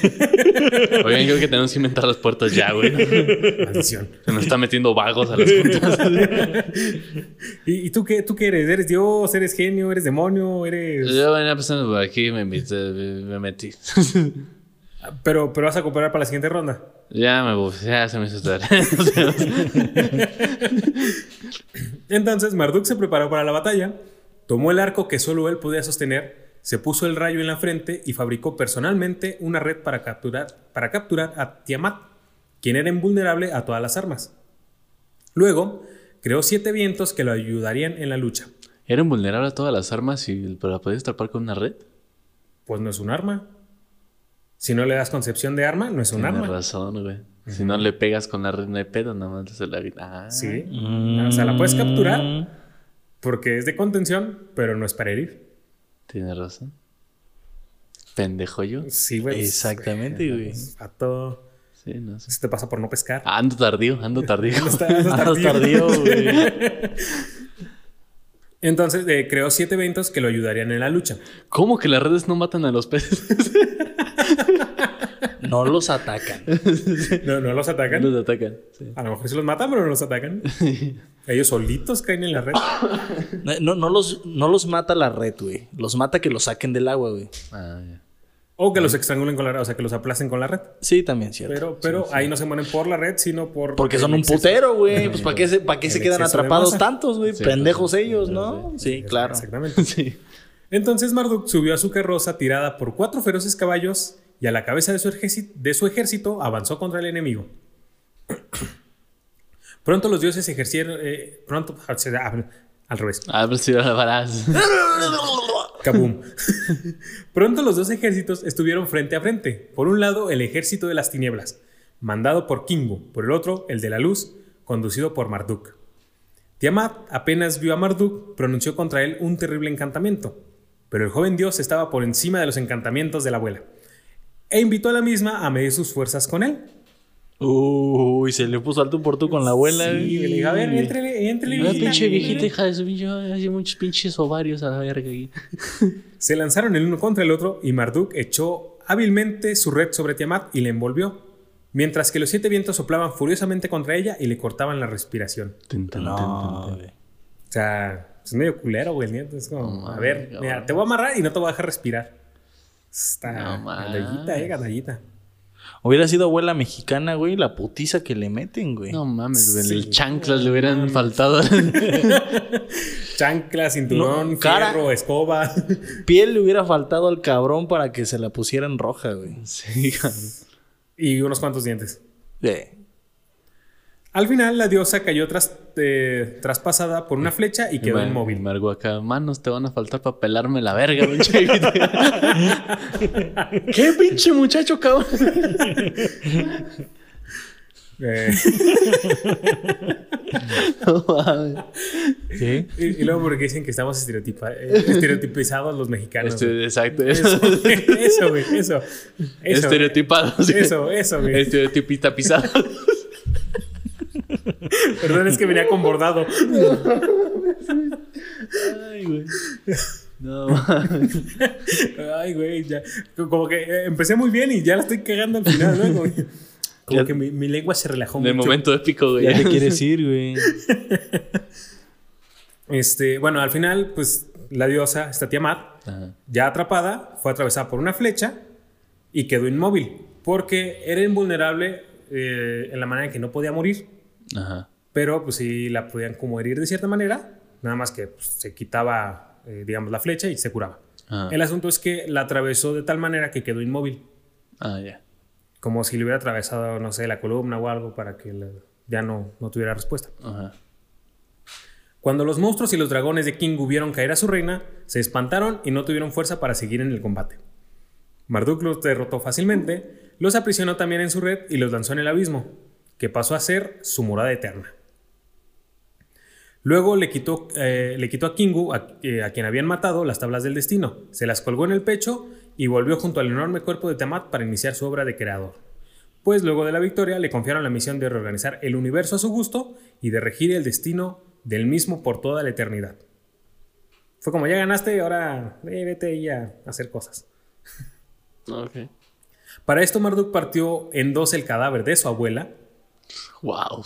Speaker 2: Oigan, creo que tenemos que inventar las puertas ya, güey. Se
Speaker 3: Maldición.
Speaker 2: nos está metiendo vagos a las juntas.
Speaker 3: ¿Y, y tú qué, tú qué eres? ¿Eres Dios? ¿Eres genio? ¿Eres demonio? ¿Eres...?
Speaker 2: Yo venía pasando por aquí, me, invité, me metí.
Speaker 3: Pero, pero vas a cooperar para la siguiente ronda.
Speaker 2: Ya me bu- ya se me hizo tarde.
Speaker 3: Entonces Marduk se preparó para la batalla, tomó el arco que solo él podía sostener, se puso el rayo en la frente y fabricó personalmente una red para capturar, para capturar a Tiamat, quien era invulnerable a todas las armas. Luego, creó siete vientos que lo ayudarían en la lucha.
Speaker 2: ¿Era invulnerable a todas las armas y pero la podías tapar con una red?
Speaker 3: Pues no es un arma. Si no le das concepción de arma, no es un
Speaker 2: Tienes
Speaker 3: arma.
Speaker 2: razón, güey. Si no le pegas con la red, no hay pedo, nada más se la grita. Ah,
Speaker 3: Sí. O sea, la puedes capturar porque es de contención, pero no es para herir.
Speaker 2: Tienes razón. Pendejo yo.
Speaker 3: Sí, güey. pues,
Speaker 1: Exactamente, güey.
Speaker 3: vato,
Speaker 2: Sí, no sé.
Speaker 3: Eso te pasa por no pescar.
Speaker 2: Ah, Ando tardío, ando tardío.
Speaker 3: Está- está
Speaker 1: Andas tardío,
Speaker 3: tardío.
Speaker 1: güey.
Speaker 3: Entonces eh, creó siete eventos que lo ayudarían en la lucha.
Speaker 2: ¿Cómo que las redes no matan a los peces?
Speaker 1: No los atacan.
Speaker 3: No, no los atacan.
Speaker 2: los atacan. Sí.
Speaker 3: A lo mejor sí los matan, pero no los atacan. Ellos solitos caen en la red.
Speaker 1: No, no, los, no los mata la red, güey. Los mata que los saquen del agua, güey.
Speaker 2: Ah, ya.
Speaker 3: O que los estrangulen con la red, o sea, que los aplacen con la red.
Speaker 1: Sí, también, cierto.
Speaker 3: Pero, pero ahí no se mueren por la red, sino por...
Speaker 1: Porque son
Speaker 3: el
Speaker 1: un
Speaker 3: exceso-
Speaker 1: putero, güey. Pues ¿para qué se, para qué se
Speaker 3: el
Speaker 1: quedan
Speaker 3: exceso de
Speaker 1: atrapados
Speaker 3: masa.
Speaker 1: tantos, güey?
Speaker 2: Sí,
Speaker 1: Pendejos
Speaker 2: pues,
Speaker 1: ellos,
Speaker 2: sí,
Speaker 1: ¿no? Sí, claro.
Speaker 3: Exactamente.
Speaker 2: Sí.
Speaker 3: Entonces Marduk subió a su carroza tirada por cuatro feroces caballos y a la cabeza de su, ejército, de su ejército avanzó contra el enemigo. Pronto los dioses ejercieron... eh, pronto... Al revés.
Speaker 2: Ah, pero si la varas.
Speaker 3: Kabum. Pronto los dos ejércitos estuvieron frente a frente. Por un lado, el ejército de las tinieblas, mandado por Kingu. Por el otro, el de la luz, conducido por Marduk. Tiamat apenas vio a Marduk, pronunció contra él un terrible encantamiento. Pero el joven dios estaba por encima de los encantamientos de la abuela. E invitó a la misma a medir sus fuerzas con él.
Speaker 1: Uy, se le puso al tú por tú con la abuela,
Speaker 3: Sí,
Speaker 1: güey.
Speaker 3: le dijo, a ver, entrele, entrele.
Speaker 2: Una pinche viejita hija de su pinche hace muchos pinches ovarios a la verga aquí.
Speaker 3: Se lanzaron el uno contra el otro y Marduk echó hábilmente su red sobre Tiamat y le envolvió, mientras que los siete vientos soplaban furiosamente contra ella y le cortaban la respiración.
Speaker 2: Tun, tun, tun,
Speaker 1: No,
Speaker 2: tun, tun.
Speaker 1: güey.
Speaker 3: O sea, es medio culero, güey, el nieto. Es como,
Speaker 2: No
Speaker 3: a ver,
Speaker 2: mames,
Speaker 3: mira,
Speaker 2: cabrón.
Speaker 3: te voy a amarrar y no te voy a dejar respirar. Está
Speaker 2: No
Speaker 3: gandallita, eh,
Speaker 2: mames.
Speaker 3: gandallita.
Speaker 1: Hubiera sido abuela mexicana, güey, la putiza que le meten, güey.
Speaker 2: No mames, güey.
Speaker 3: Sí,
Speaker 2: el chanclas le hubieran faltado.
Speaker 3: Chancla, cinturón,
Speaker 1: No, cara.
Speaker 3: fierro, escoba.
Speaker 1: Piel le hubiera faltado al cabrón para que se la pusieran roja, güey.
Speaker 2: sí, cabrón.
Speaker 3: y unos cuantos dientes.
Speaker 1: Eh,
Speaker 3: Al final, la diosa cayó tras, eh, traspasada por una flecha y quedó
Speaker 2: Mar-
Speaker 3: inmóvil.
Speaker 2: Margo acá, manos te van a faltar para pelarme la verga, pinche. ¿Qué pinche muchacho, cabrón?
Speaker 3: Eh,
Speaker 2: No mames.
Speaker 1: Sí.
Speaker 3: y, y luego porque dicen que estamos estereotipa- eh, estereotipizados los mexicanos.
Speaker 2: Este,
Speaker 3: güey.
Speaker 2: exacto.
Speaker 3: Eso,
Speaker 2: Eso.
Speaker 3: güey, eso, güey, eso. Eso,
Speaker 2: Estereotipado. sí.
Speaker 3: eso, eso, güey.
Speaker 2: Estereotipista pisado.
Speaker 3: Perdón, es que venía con bordado.
Speaker 2: Ay, güey. No mames.
Speaker 3: Ay, güey, ya. Como que eh, empecé muy bien y ya la estoy cagando al final, ¿no? Como, como
Speaker 1: Ya-
Speaker 3: que mi, mi lengua se relajó
Speaker 2: De
Speaker 3: mucho.
Speaker 2: momento épico, güey.
Speaker 1: Ya te quieres ir, güey.
Speaker 3: Este, bueno, al final, pues la diosa, esta Tiamat,
Speaker 2: Ajá.
Speaker 3: ya atrapada, fue atravesada por una flecha y quedó inmóvil porque era invulnerable eh, en la manera en que no podía morir,
Speaker 2: Ajá.
Speaker 3: pero pues sí la podían como herir de cierta manera, nada más que pues, se quitaba, eh, digamos, la flecha y se curaba.
Speaker 2: Ajá.
Speaker 3: El asunto es que la atravesó de tal manera que quedó inmóvil,
Speaker 2: Ah, ya.
Speaker 3: como si le hubiera atravesado, no sé, la columna o algo para que la- ya no, no tuviera respuesta.
Speaker 2: Ajá.
Speaker 3: Cuando los monstruos y los dragones de King hubieron caer a su reina, se espantaron y no tuvieron fuerza para seguir en el combate. Marduk los derrotó fácilmente, los aprisionó también en su red y los lanzó en el abismo, que pasó a ser su morada eterna. Luego le quitó, eh, le quitó a Kingu, a, eh, a quien habían matado, las tablas del destino, se las colgó en el pecho y volvió junto al enorme cuerpo de Tiamat para iniciar su obra de creador. Pues luego de la victoria le confiaron la misión de reorganizar el universo a su gusto y de regir el destino del mismo por toda la eternidad. Fue como ya ganaste, ahora eh, vete ahí a hacer cosas.
Speaker 2: Ok.
Speaker 3: Para esto Marduk partió en dos el cadáver de su abuela,
Speaker 2: Wow.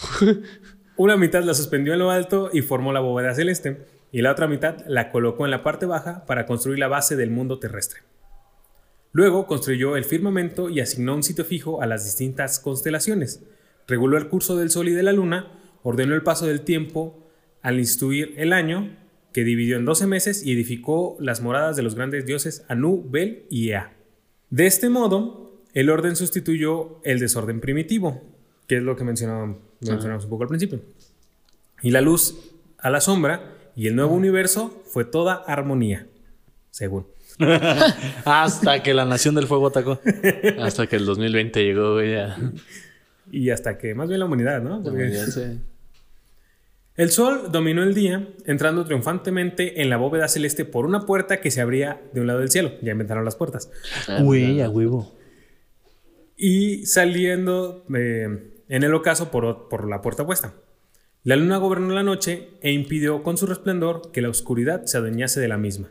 Speaker 3: una mitad la suspendió en lo alto y formó la bóveda celeste, y la otra mitad la colocó en la parte baja para construir la base del mundo terrestre. Luego construyó el firmamento y asignó un sitio fijo a las distintas constelaciones, reguló el curso del Sol y de la Luna, ordenó el paso del tiempo al instruir el año, que dividió en 12 meses y edificó las moradas de los grandes dioses Anu, Bel y Ea. De este modo, el orden sustituyó el desorden primitivo, que es lo que mencionaba- mencionamos un poco al principio. Y la luz a la sombra y el nuevo universo fue toda armonía, según.
Speaker 1: Hasta que la Nación del Fuego atacó.
Speaker 2: Hasta que el 2020 llegó, güey. Ya.
Speaker 3: Y hasta que más bien la humanidad, ¿no? Porque-
Speaker 2: Ya sé.
Speaker 3: El sol dominó el día, entrando triunfantemente en la bóveda celeste por una puerta que se abría de un lado del cielo. Ya inventaron las puertas.
Speaker 1: Güey, a huevo.
Speaker 3: Y saliendo eh, en el ocaso por, o- por la puerta opuesta. La luna gobernó la noche e impidió con su resplandor que la oscuridad se adueñase de la misma.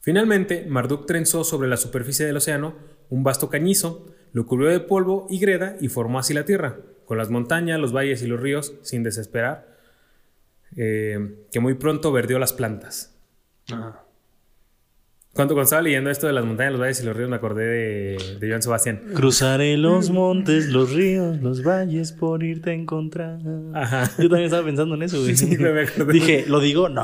Speaker 3: Finalmente, Marduk trenzó sobre la superficie del océano un vasto cañizo, lo cubrió de polvo y greda y formó así la tierra, con las montañas, los valles y los ríos, sin desesperar, eh, que muy pronto verdeó las plantas. Cuando, cuando estaba leyendo esto de las montañas, los valles y los ríos, me acordé de, de Joan Sebastián.
Speaker 1: Cruzaré los montes, los ríos, los valles por irte a encontrar.
Speaker 3: Ajá.
Speaker 1: Yo también estaba pensando en eso, güey.
Speaker 3: Sí, me acordé.
Speaker 1: Dije, ¿lo digo? No.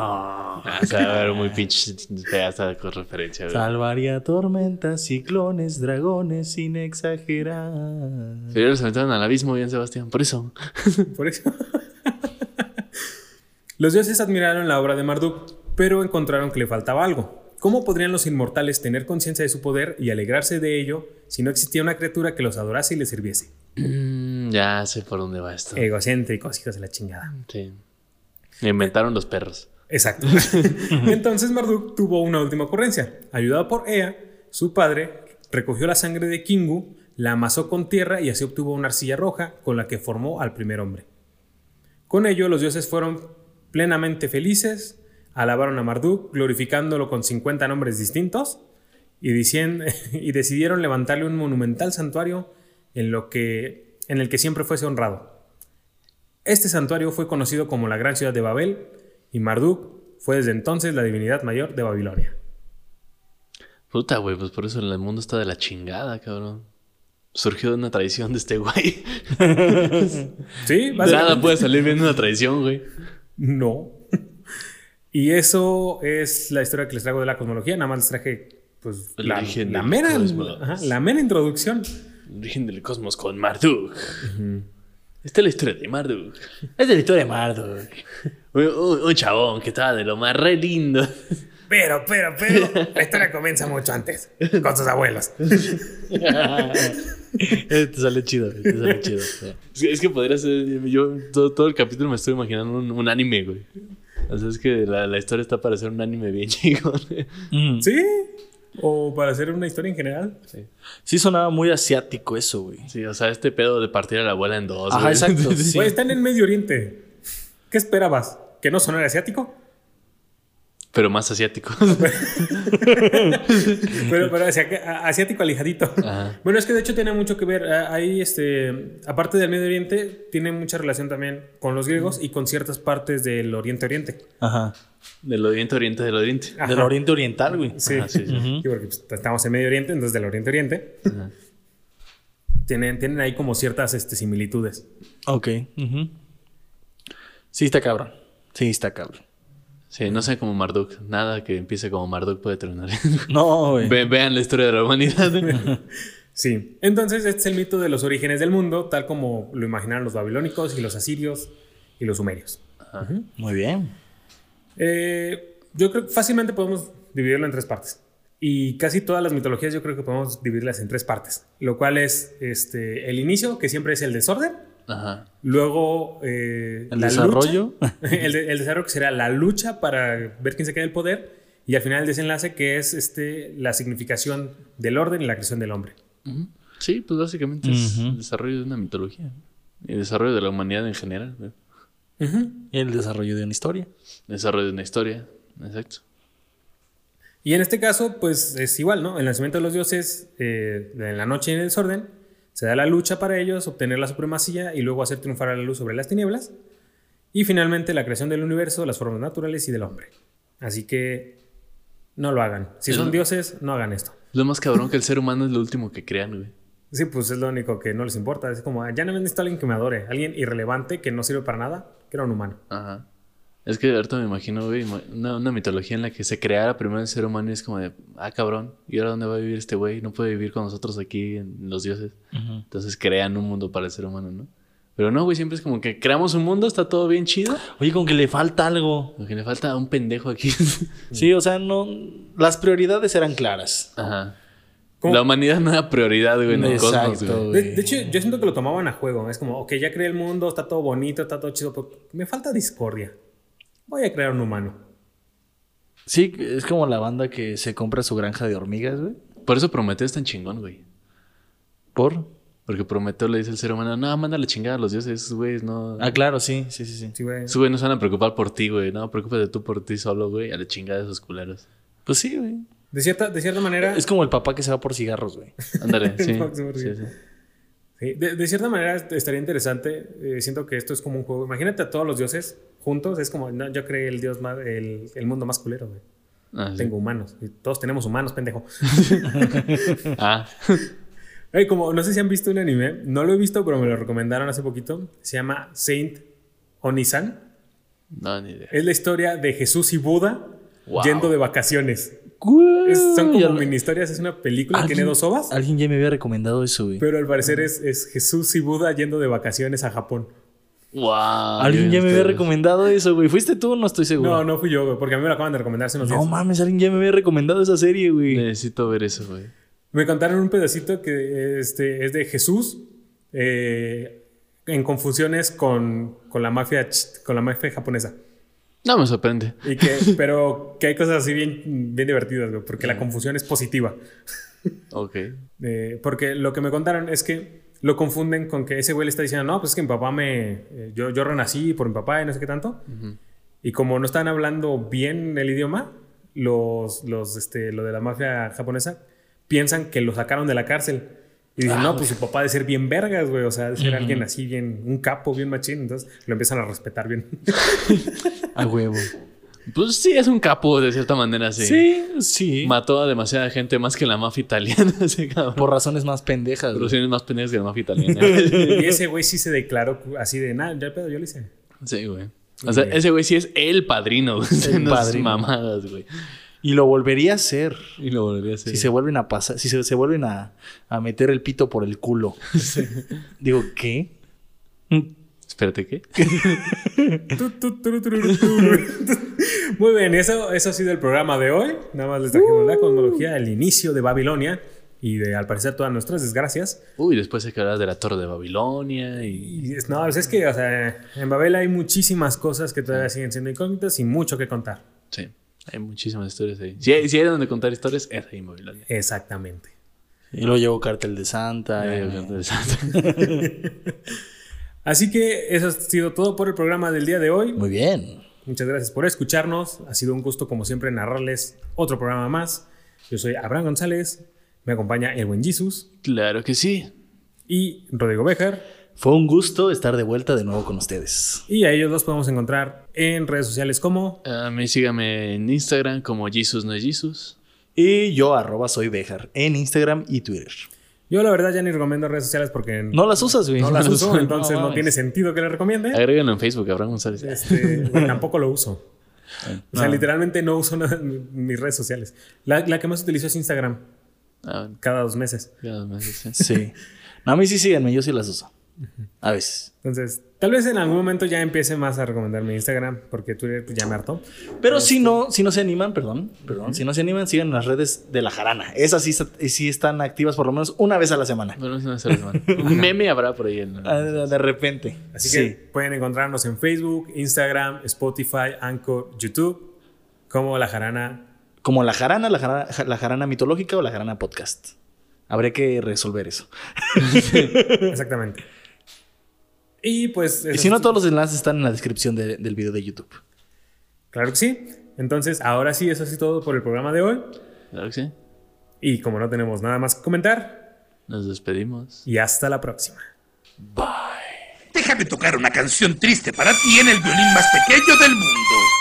Speaker 2: Ah, o sea, a ver, muy pinche pedazo con referencia, güey.
Speaker 1: Salvaría tormentas, ciclones, dragones sin exagerar.
Speaker 2: Pero ellos se aventaron al abismo, bien, Sebastián, por eso.
Speaker 3: Por eso. los dioses admiraron la obra de Marduk, pero encontraron que le faltaba algo. ¿Cómo podrían los inmortales tener conciencia de su poder y alegrarse de ello si no existía una criatura que los adorase y les sirviese?
Speaker 2: Mm, ya sé por dónde va
Speaker 3: Eh.
Speaker 2: esto.
Speaker 3: Egocéntricos, hijos de la chingada.
Speaker 2: Sí. Inventaron los perros.
Speaker 3: Exacto. Entonces Marduk tuvo una última ocurrencia. Ayudado por Ea, su padre recogió la sangre de Kingu, la amasó con tierra y así obtuvo una arcilla roja con la que formó al primer hombre. Con ello los dioses fueron plenamente felices, alabaron a Marduk, glorificándolo con 50 nombres distintos y, dicien- y decidieron levantarle un monumental santuario en, lo que, en el que siempre fuese honrado. Este santuario fue conocido como la gran ciudad de Babel y Marduk fue desde entonces la divinidad mayor de Babilonia.
Speaker 2: Puta, güey, pues por eso el mundo está de la chingada, cabrón. Surgió de una traición de este güey.
Speaker 3: Sí, básicamente.
Speaker 2: Nada pues. puede salir bien de una traición, güey.
Speaker 3: No. Y eso es la historia que les traigo de la cosmología. Nada más les traje, pues,
Speaker 2: El
Speaker 3: la,
Speaker 2: origen
Speaker 3: la
Speaker 2: del
Speaker 3: mera,
Speaker 2: cosmos.
Speaker 3: ajá, la mera introducción.
Speaker 2: El origen del cosmos con Marduk. Esta es la historia de Marduk.
Speaker 1: Es de la historia de Marduk.
Speaker 2: Un, un- un chabón que estaba de lo más re lindo.
Speaker 3: Pero, pero, pero, la historia comienza mucho antes, con sus abuelos.
Speaker 1: Eh, te sale chido, güey, te sale chido. sí.
Speaker 2: Es que, es que podría ser. Yo todo, todo el capítulo me estoy imaginando un, un anime, güey. Así es que la, la historia está para ser un anime bien chico.
Speaker 1: Mm.
Speaker 3: ¿Sí? O para hacer una historia en general.
Speaker 1: Sí sonaba muy asiático eso, güey.
Speaker 2: Sí, o sea, este pedo de partir a la abuela en dos.
Speaker 1: Ajá,
Speaker 2: güey.
Speaker 1: exacto. Ah, sí.
Speaker 3: Pues están en Medio Oriente. ¿Qué esperabas? ¿Que no sonara asiático?
Speaker 2: Pero más asiático.
Speaker 3: Pero, pero hacia- a- asiático alijadito.
Speaker 2: Ajá.
Speaker 3: Bueno, es que de hecho tiene mucho que ver. Ah, Ahí, este, aparte del Medio Oriente, tiene mucha relación también con los griegos y con ciertas partes del Oriente Oriente.
Speaker 1: Ajá.
Speaker 2: del oriente, oriente, del oriente.
Speaker 3: Ajá.
Speaker 1: Del Oriente Oriental, güey.
Speaker 3: Sí,
Speaker 2: Ajá, sí, sí.
Speaker 3: Sí, porque pues, estamos en Medio Oriente, entonces del Oriente Oriente.
Speaker 2: Ajá.
Speaker 3: Tienen, tienen ahí como ciertas este, similitudes.
Speaker 1: Ok. ujú. Sí, está cabrón. Sí, está cabrón.
Speaker 2: Sí, no sea como Marduk. Nada que empiece como Marduk puede terminar.
Speaker 1: No, güey.
Speaker 2: Ve- vean la historia de la humanidad.
Speaker 3: Sí. Entonces, este es el mito de los orígenes del mundo, tal como lo imaginaron los babilónicos y los asirios y los sumerios.
Speaker 1: Muy bien.
Speaker 3: Eh, yo creo que fácilmente podemos dividirlo en tres partes. Y casi todas las mitologías yo creo que podemos dividirlas en tres partes. Lo cual es este, el inicio, que siempre es el desorden.
Speaker 2: Ajá.
Speaker 3: Luego... eh,
Speaker 1: El
Speaker 3: la
Speaker 1: desarrollo.
Speaker 3: lucha- el, de- el desarrollo que será la lucha para ver quién se queda en el poder. Y al final el desenlace que es este, la significación del orden y la creación del hombre.
Speaker 2: Ujú. Sí, pues básicamente es
Speaker 1: Ujú.
Speaker 2: el desarrollo de una mitología. Y el desarrollo de la humanidad en general. güey.
Speaker 1: El desarrollo de una historia.
Speaker 2: Desarrollo de una historia. Exacto.
Speaker 3: Y en este caso, pues es igual, ¿no? El nacimiento de los dioses, eh, en la noche y en el desorden, se da la lucha para ellos, obtener la supremacía y luego hacer triunfar a la luz sobre las tinieblas. Y finalmente la creación del universo, las formas naturales y del hombre. Así que no lo hagan. Si son
Speaker 2: El-
Speaker 3: dioses, no hagan esto.
Speaker 2: Lo más cabrón que el ser humano es lo último que crean, güey.
Speaker 3: Sí, pues es lo único que no les importa. Es como, "Ah, ya no necesito a alguien que me adore, alguien irrelevante que no sirve para nada, que era un humano.
Speaker 2: Ajá. Es que ahorita me imagino, güey, ima- una, una mitología en la que se creara primero el ser humano y es como de, ah, cabrón, ¿y ahora dónde va a vivir este güey? No puede vivir con nosotros aquí en los dioses. Entonces crean un mundo para el ser humano, ¿no? Pero no, güey, siempre es como que creamos un mundo, está todo bien chido.
Speaker 1: Oye, con que le falta algo.
Speaker 2: Lo que le falta a un pendejo aquí.
Speaker 1: Sí, o sea, no. Las prioridades eran claras.
Speaker 2: Ajá.
Speaker 3: ¿Cómo?
Speaker 2: La humanidad no era prioridad, güey, en el cosmos,
Speaker 1: Exacto,
Speaker 2: güey.
Speaker 3: De,
Speaker 1: güey.
Speaker 3: de hecho, yo siento que lo tomaban a juego. Es como, ok, ya creé el mundo, está todo bonito, está todo chido, pero me falta discordia. Voy a crear un humano.
Speaker 1: Sí, es como la banda que se compra su granja de hormigas, güey.
Speaker 2: Por eso Prometeo es tan chingón, güey.
Speaker 1: ¿Por?
Speaker 2: Porque Prometeo le dice al ser humano, no, mándale chingada a los dioses, esos güeyes no...
Speaker 1: Ah, claro, sí, sí, sí, sí.
Speaker 3: Sí, güey.
Speaker 2: Esos güeyes no se van a preocupar por ti, güey. No, preocúpate tú por ti solo, güey. A la chingada de esos culeros.
Speaker 1: Pues sí, güey.
Speaker 3: De cierta, de cierta manera,
Speaker 1: Es como el papá que se va por cigarros, güey.
Speaker 2: Ándale, sí.
Speaker 3: Próximo
Speaker 2: sí, sí.
Speaker 3: río. sí, de, de cierta manera est- estaría interesante. eh, siento que esto es como un juego. Imagínate a todos los dioses juntos. Es como, no, yo creé el dios más, el, el mundo más culero, güey.
Speaker 2: Ah, sí.
Speaker 3: Tengo humanos. y Todos tenemos humanos, pendejo.
Speaker 2: Ah,
Speaker 3: Ey, como, no sé si han visto un anime. No lo he visto, pero me lo recomendaron hace poquito. Se llama Saint Onisan.
Speaker 2: no, ni idea.
Speaker 3: Es la historia de Jesús y Buda
Speaker 2: Wow.
Speaker 3: yendo de vacaciones. Es- son
Speaker 1: Ya
Speaker 3: como
Speaker 1: lo-
Speaker 3: mini historias, es una película,
Speaker 1: ¿Alguien-
Speaker 3: tiene dos ovas,
Speaker 1: Alguien ya me había recomendado eso, güey.
Speaker 3: pero al parecer es, es Jesús y Buda yendo de vacaciones a Japón.
Speaker 2: Wow.
Speaker 1: Alguien ya me había
Speaker 2: ustedes.
Speaker 1: recomendado eso, güey. ¿Fuiste tú? No estoy seguro.
Speaker 3: No, no fui yo, güey, porque a mí me lo acaban de recomendar hace unos
Speaker 1: No
Speaker 3: días.
Speaker 1: mames, alguien ya me había recomendado esa serie, güey.
Speaker 2: Necesito ver eso, güey.
Speaker 3: Me contaron un pedacito que este, es de Jesús eh, en confusiones con, con la mafia ch- con la mafia japonesa.
Speaker 2: No me sorprende.
Speaker 3: Y que, pero que hay cosas así bien, bien divertidas, güey, porque la confusión es positiva.
Speaker 2: Ok.
Speaker 3: Eh, porque lo que me contaron es que lo confunden con que ese güey le está diciendo, no, pues es que mi papá me. eh, yo, yo renací por mi papá y no sé qué tanto. Y como no están hablando bien el idioma, los, los, este, lo de la mafia japonesa piensan que lo sacaron de la cárcel. Y dicen, no, pues su papá ha de ser bien vergas, güey. O sea, ha de ser alguien así, bien, un capo, bien machín. Entonces lo empiezan a respetar bien.
Speaker 1: A huevo.
Speaker 2: Pues sí, es un capo de cierta manera, sí.
Speaker 1: Sí, sí.
Speaker 2: Mató a demasiada gente más que la mafia italiana, ese cabrón.
Speaker 1: Por razones más pendejas.
Speaker 2: Por
Speaker 1: güey.
Speaker 2: razones más pendejas que la mafia italiana.
Speaker 3: Y ese güey sí se declaró cu- así de nada, ya pedo, yo lo hice.
Speaker 2: sí, güey. O sea, ese güey sí es el padrino güey, de
Speaker 1: El
Speaker 2: las
Speaker 1: padrino.
Speaker 2: mamadas, güey.
Speaker 1: Y lo volvería a hacer.
Speaker 2: Y lo volvería a hacer.
Speaker 1: Si se vuelven a pasar, si se, se vuelven a, a meter el pito por el culo. Digo, ¿qué?
Speaker 2: Espérate, ¿qué?
Speaker 3: Tu, tu, tu, tu, tu, tu. Muy bien, eso, eso ha sido el programa de hoy. Nada más les trajimos la cosmología del inicio de Babilonia y de al parecer todas nuestras desgracias.
Speaker 2: Uy, después hay que hablar de la Torre de Babilonia y...
Speaker 3: Y es- no, pues es que o sea, en Babel hay muchísimas cosas que todavía siguen siendo incógnitas y mucho que contar.
Speaker 2: Sí, hay muchísimas historias ahí. Si hay, si hay donde contar historias, es ahí en Babilonia.
Speaker 3: Exactamente.
Speaker 1: Y luego llegó Cartel de Eh, Santa.
Speaker 2: Ay,
Speaker 1: y-
Speaker 2: qué interesante.
Speaker 3: Así que eso ha sido todo por el programa del día de hoy.
Speaker 1: Muy bien.
Speaker 3: Muchas gracias por escucharnos. Ha sido un gusto, como siempre, narrarles otro programa más. Yo soy Abraham González. Me acompaña el buen Jesus
Speaker 2: Claro que sí.
Speaker 3: y Rodrigo Bejar.
Speaker 1: Fue un gusto estar de vuelta de nuevo con ustedes.
Speaker 3: Y a ellos los podemos encontrar en redes sociales como
Speaker 2: A mí sígame en Instagram como Jesus no es Jesus.
Speaker 1: Y yo, arroba soy Bejar, en Instagram y Twitter.
Speaker 3: yo la verdad ya ni recomiendo redes sociales porque no,
Speaker 1: No las usas, güey.
Speaker 3: las uso,
Speaker 2: uso,
Speaker 3: entonces
Speaker 2: no
Speaker 3: no,
Speaker 2: mames. Eh.
Speaker 3: tiene sentido que les recomiende.
Speaker 2: Agréguenlo en Facebook, Abraham González.
Speaker 3: Este, bueno, tampoco lo uso. O sea, literalmente no uso nada, mi- mis redes sociales. La, la que más utilizo es Instagram,
Speaker 2: Ah, bueno,
Speaker 3: cada dos meses.
Speaker 2: ya nada más, sí.
Speaker 1: Sí. No, a mí sí síganme, yo sí las uso. A veces.
Speaker 3: Entonces, tal vez en algún momento ya empiece más a recomendarme Instagram porque Twitter pues, ya me hartó.
Speaker 1: Pero si no, si no se animan, perdón, perdón, si no se animan, sigan las redes de la jarana. Esas sí, está- sí están activas por lo menos una vez a la semana.
Speaker 2: Bueno, es una sola semana. Un meme habrá por ahí. En...
Speaker 1: Ah, De de repente.
Speaker 3: Así
Speaker 1: Sí.
Speaker 3: que pueden encontrarnos en Facebook, Instagram, Spotify, Anchor, YouTube, como La Jarana.
Speaker 1: Como la jarana, la jarana, ja- la jarana mitológica o la jarana podcast. Habría que resolver eso.
Speaker 3: Exactamente. Y pues.
Speaker 1: Y
Speaker 3: eso
Speaker 1: si no,
Speaker 3: es-
Speaker 1: todos los enlaces están en la descripción de- del video de YouTube.
Speaker 3: Claro que sí. Entonces, ahora sí, eso es todo por el programa de hoy.
Speaker 2: Claro que sí.
Speaker 3: Y como no tenemos nada más que comentar,
Speaker 2: Nos despedimos.
Speaker 3: y hasta la próxima.
Speaker 4: Déjame tocar una canción triste para ti en el violín más pequeño del mundo.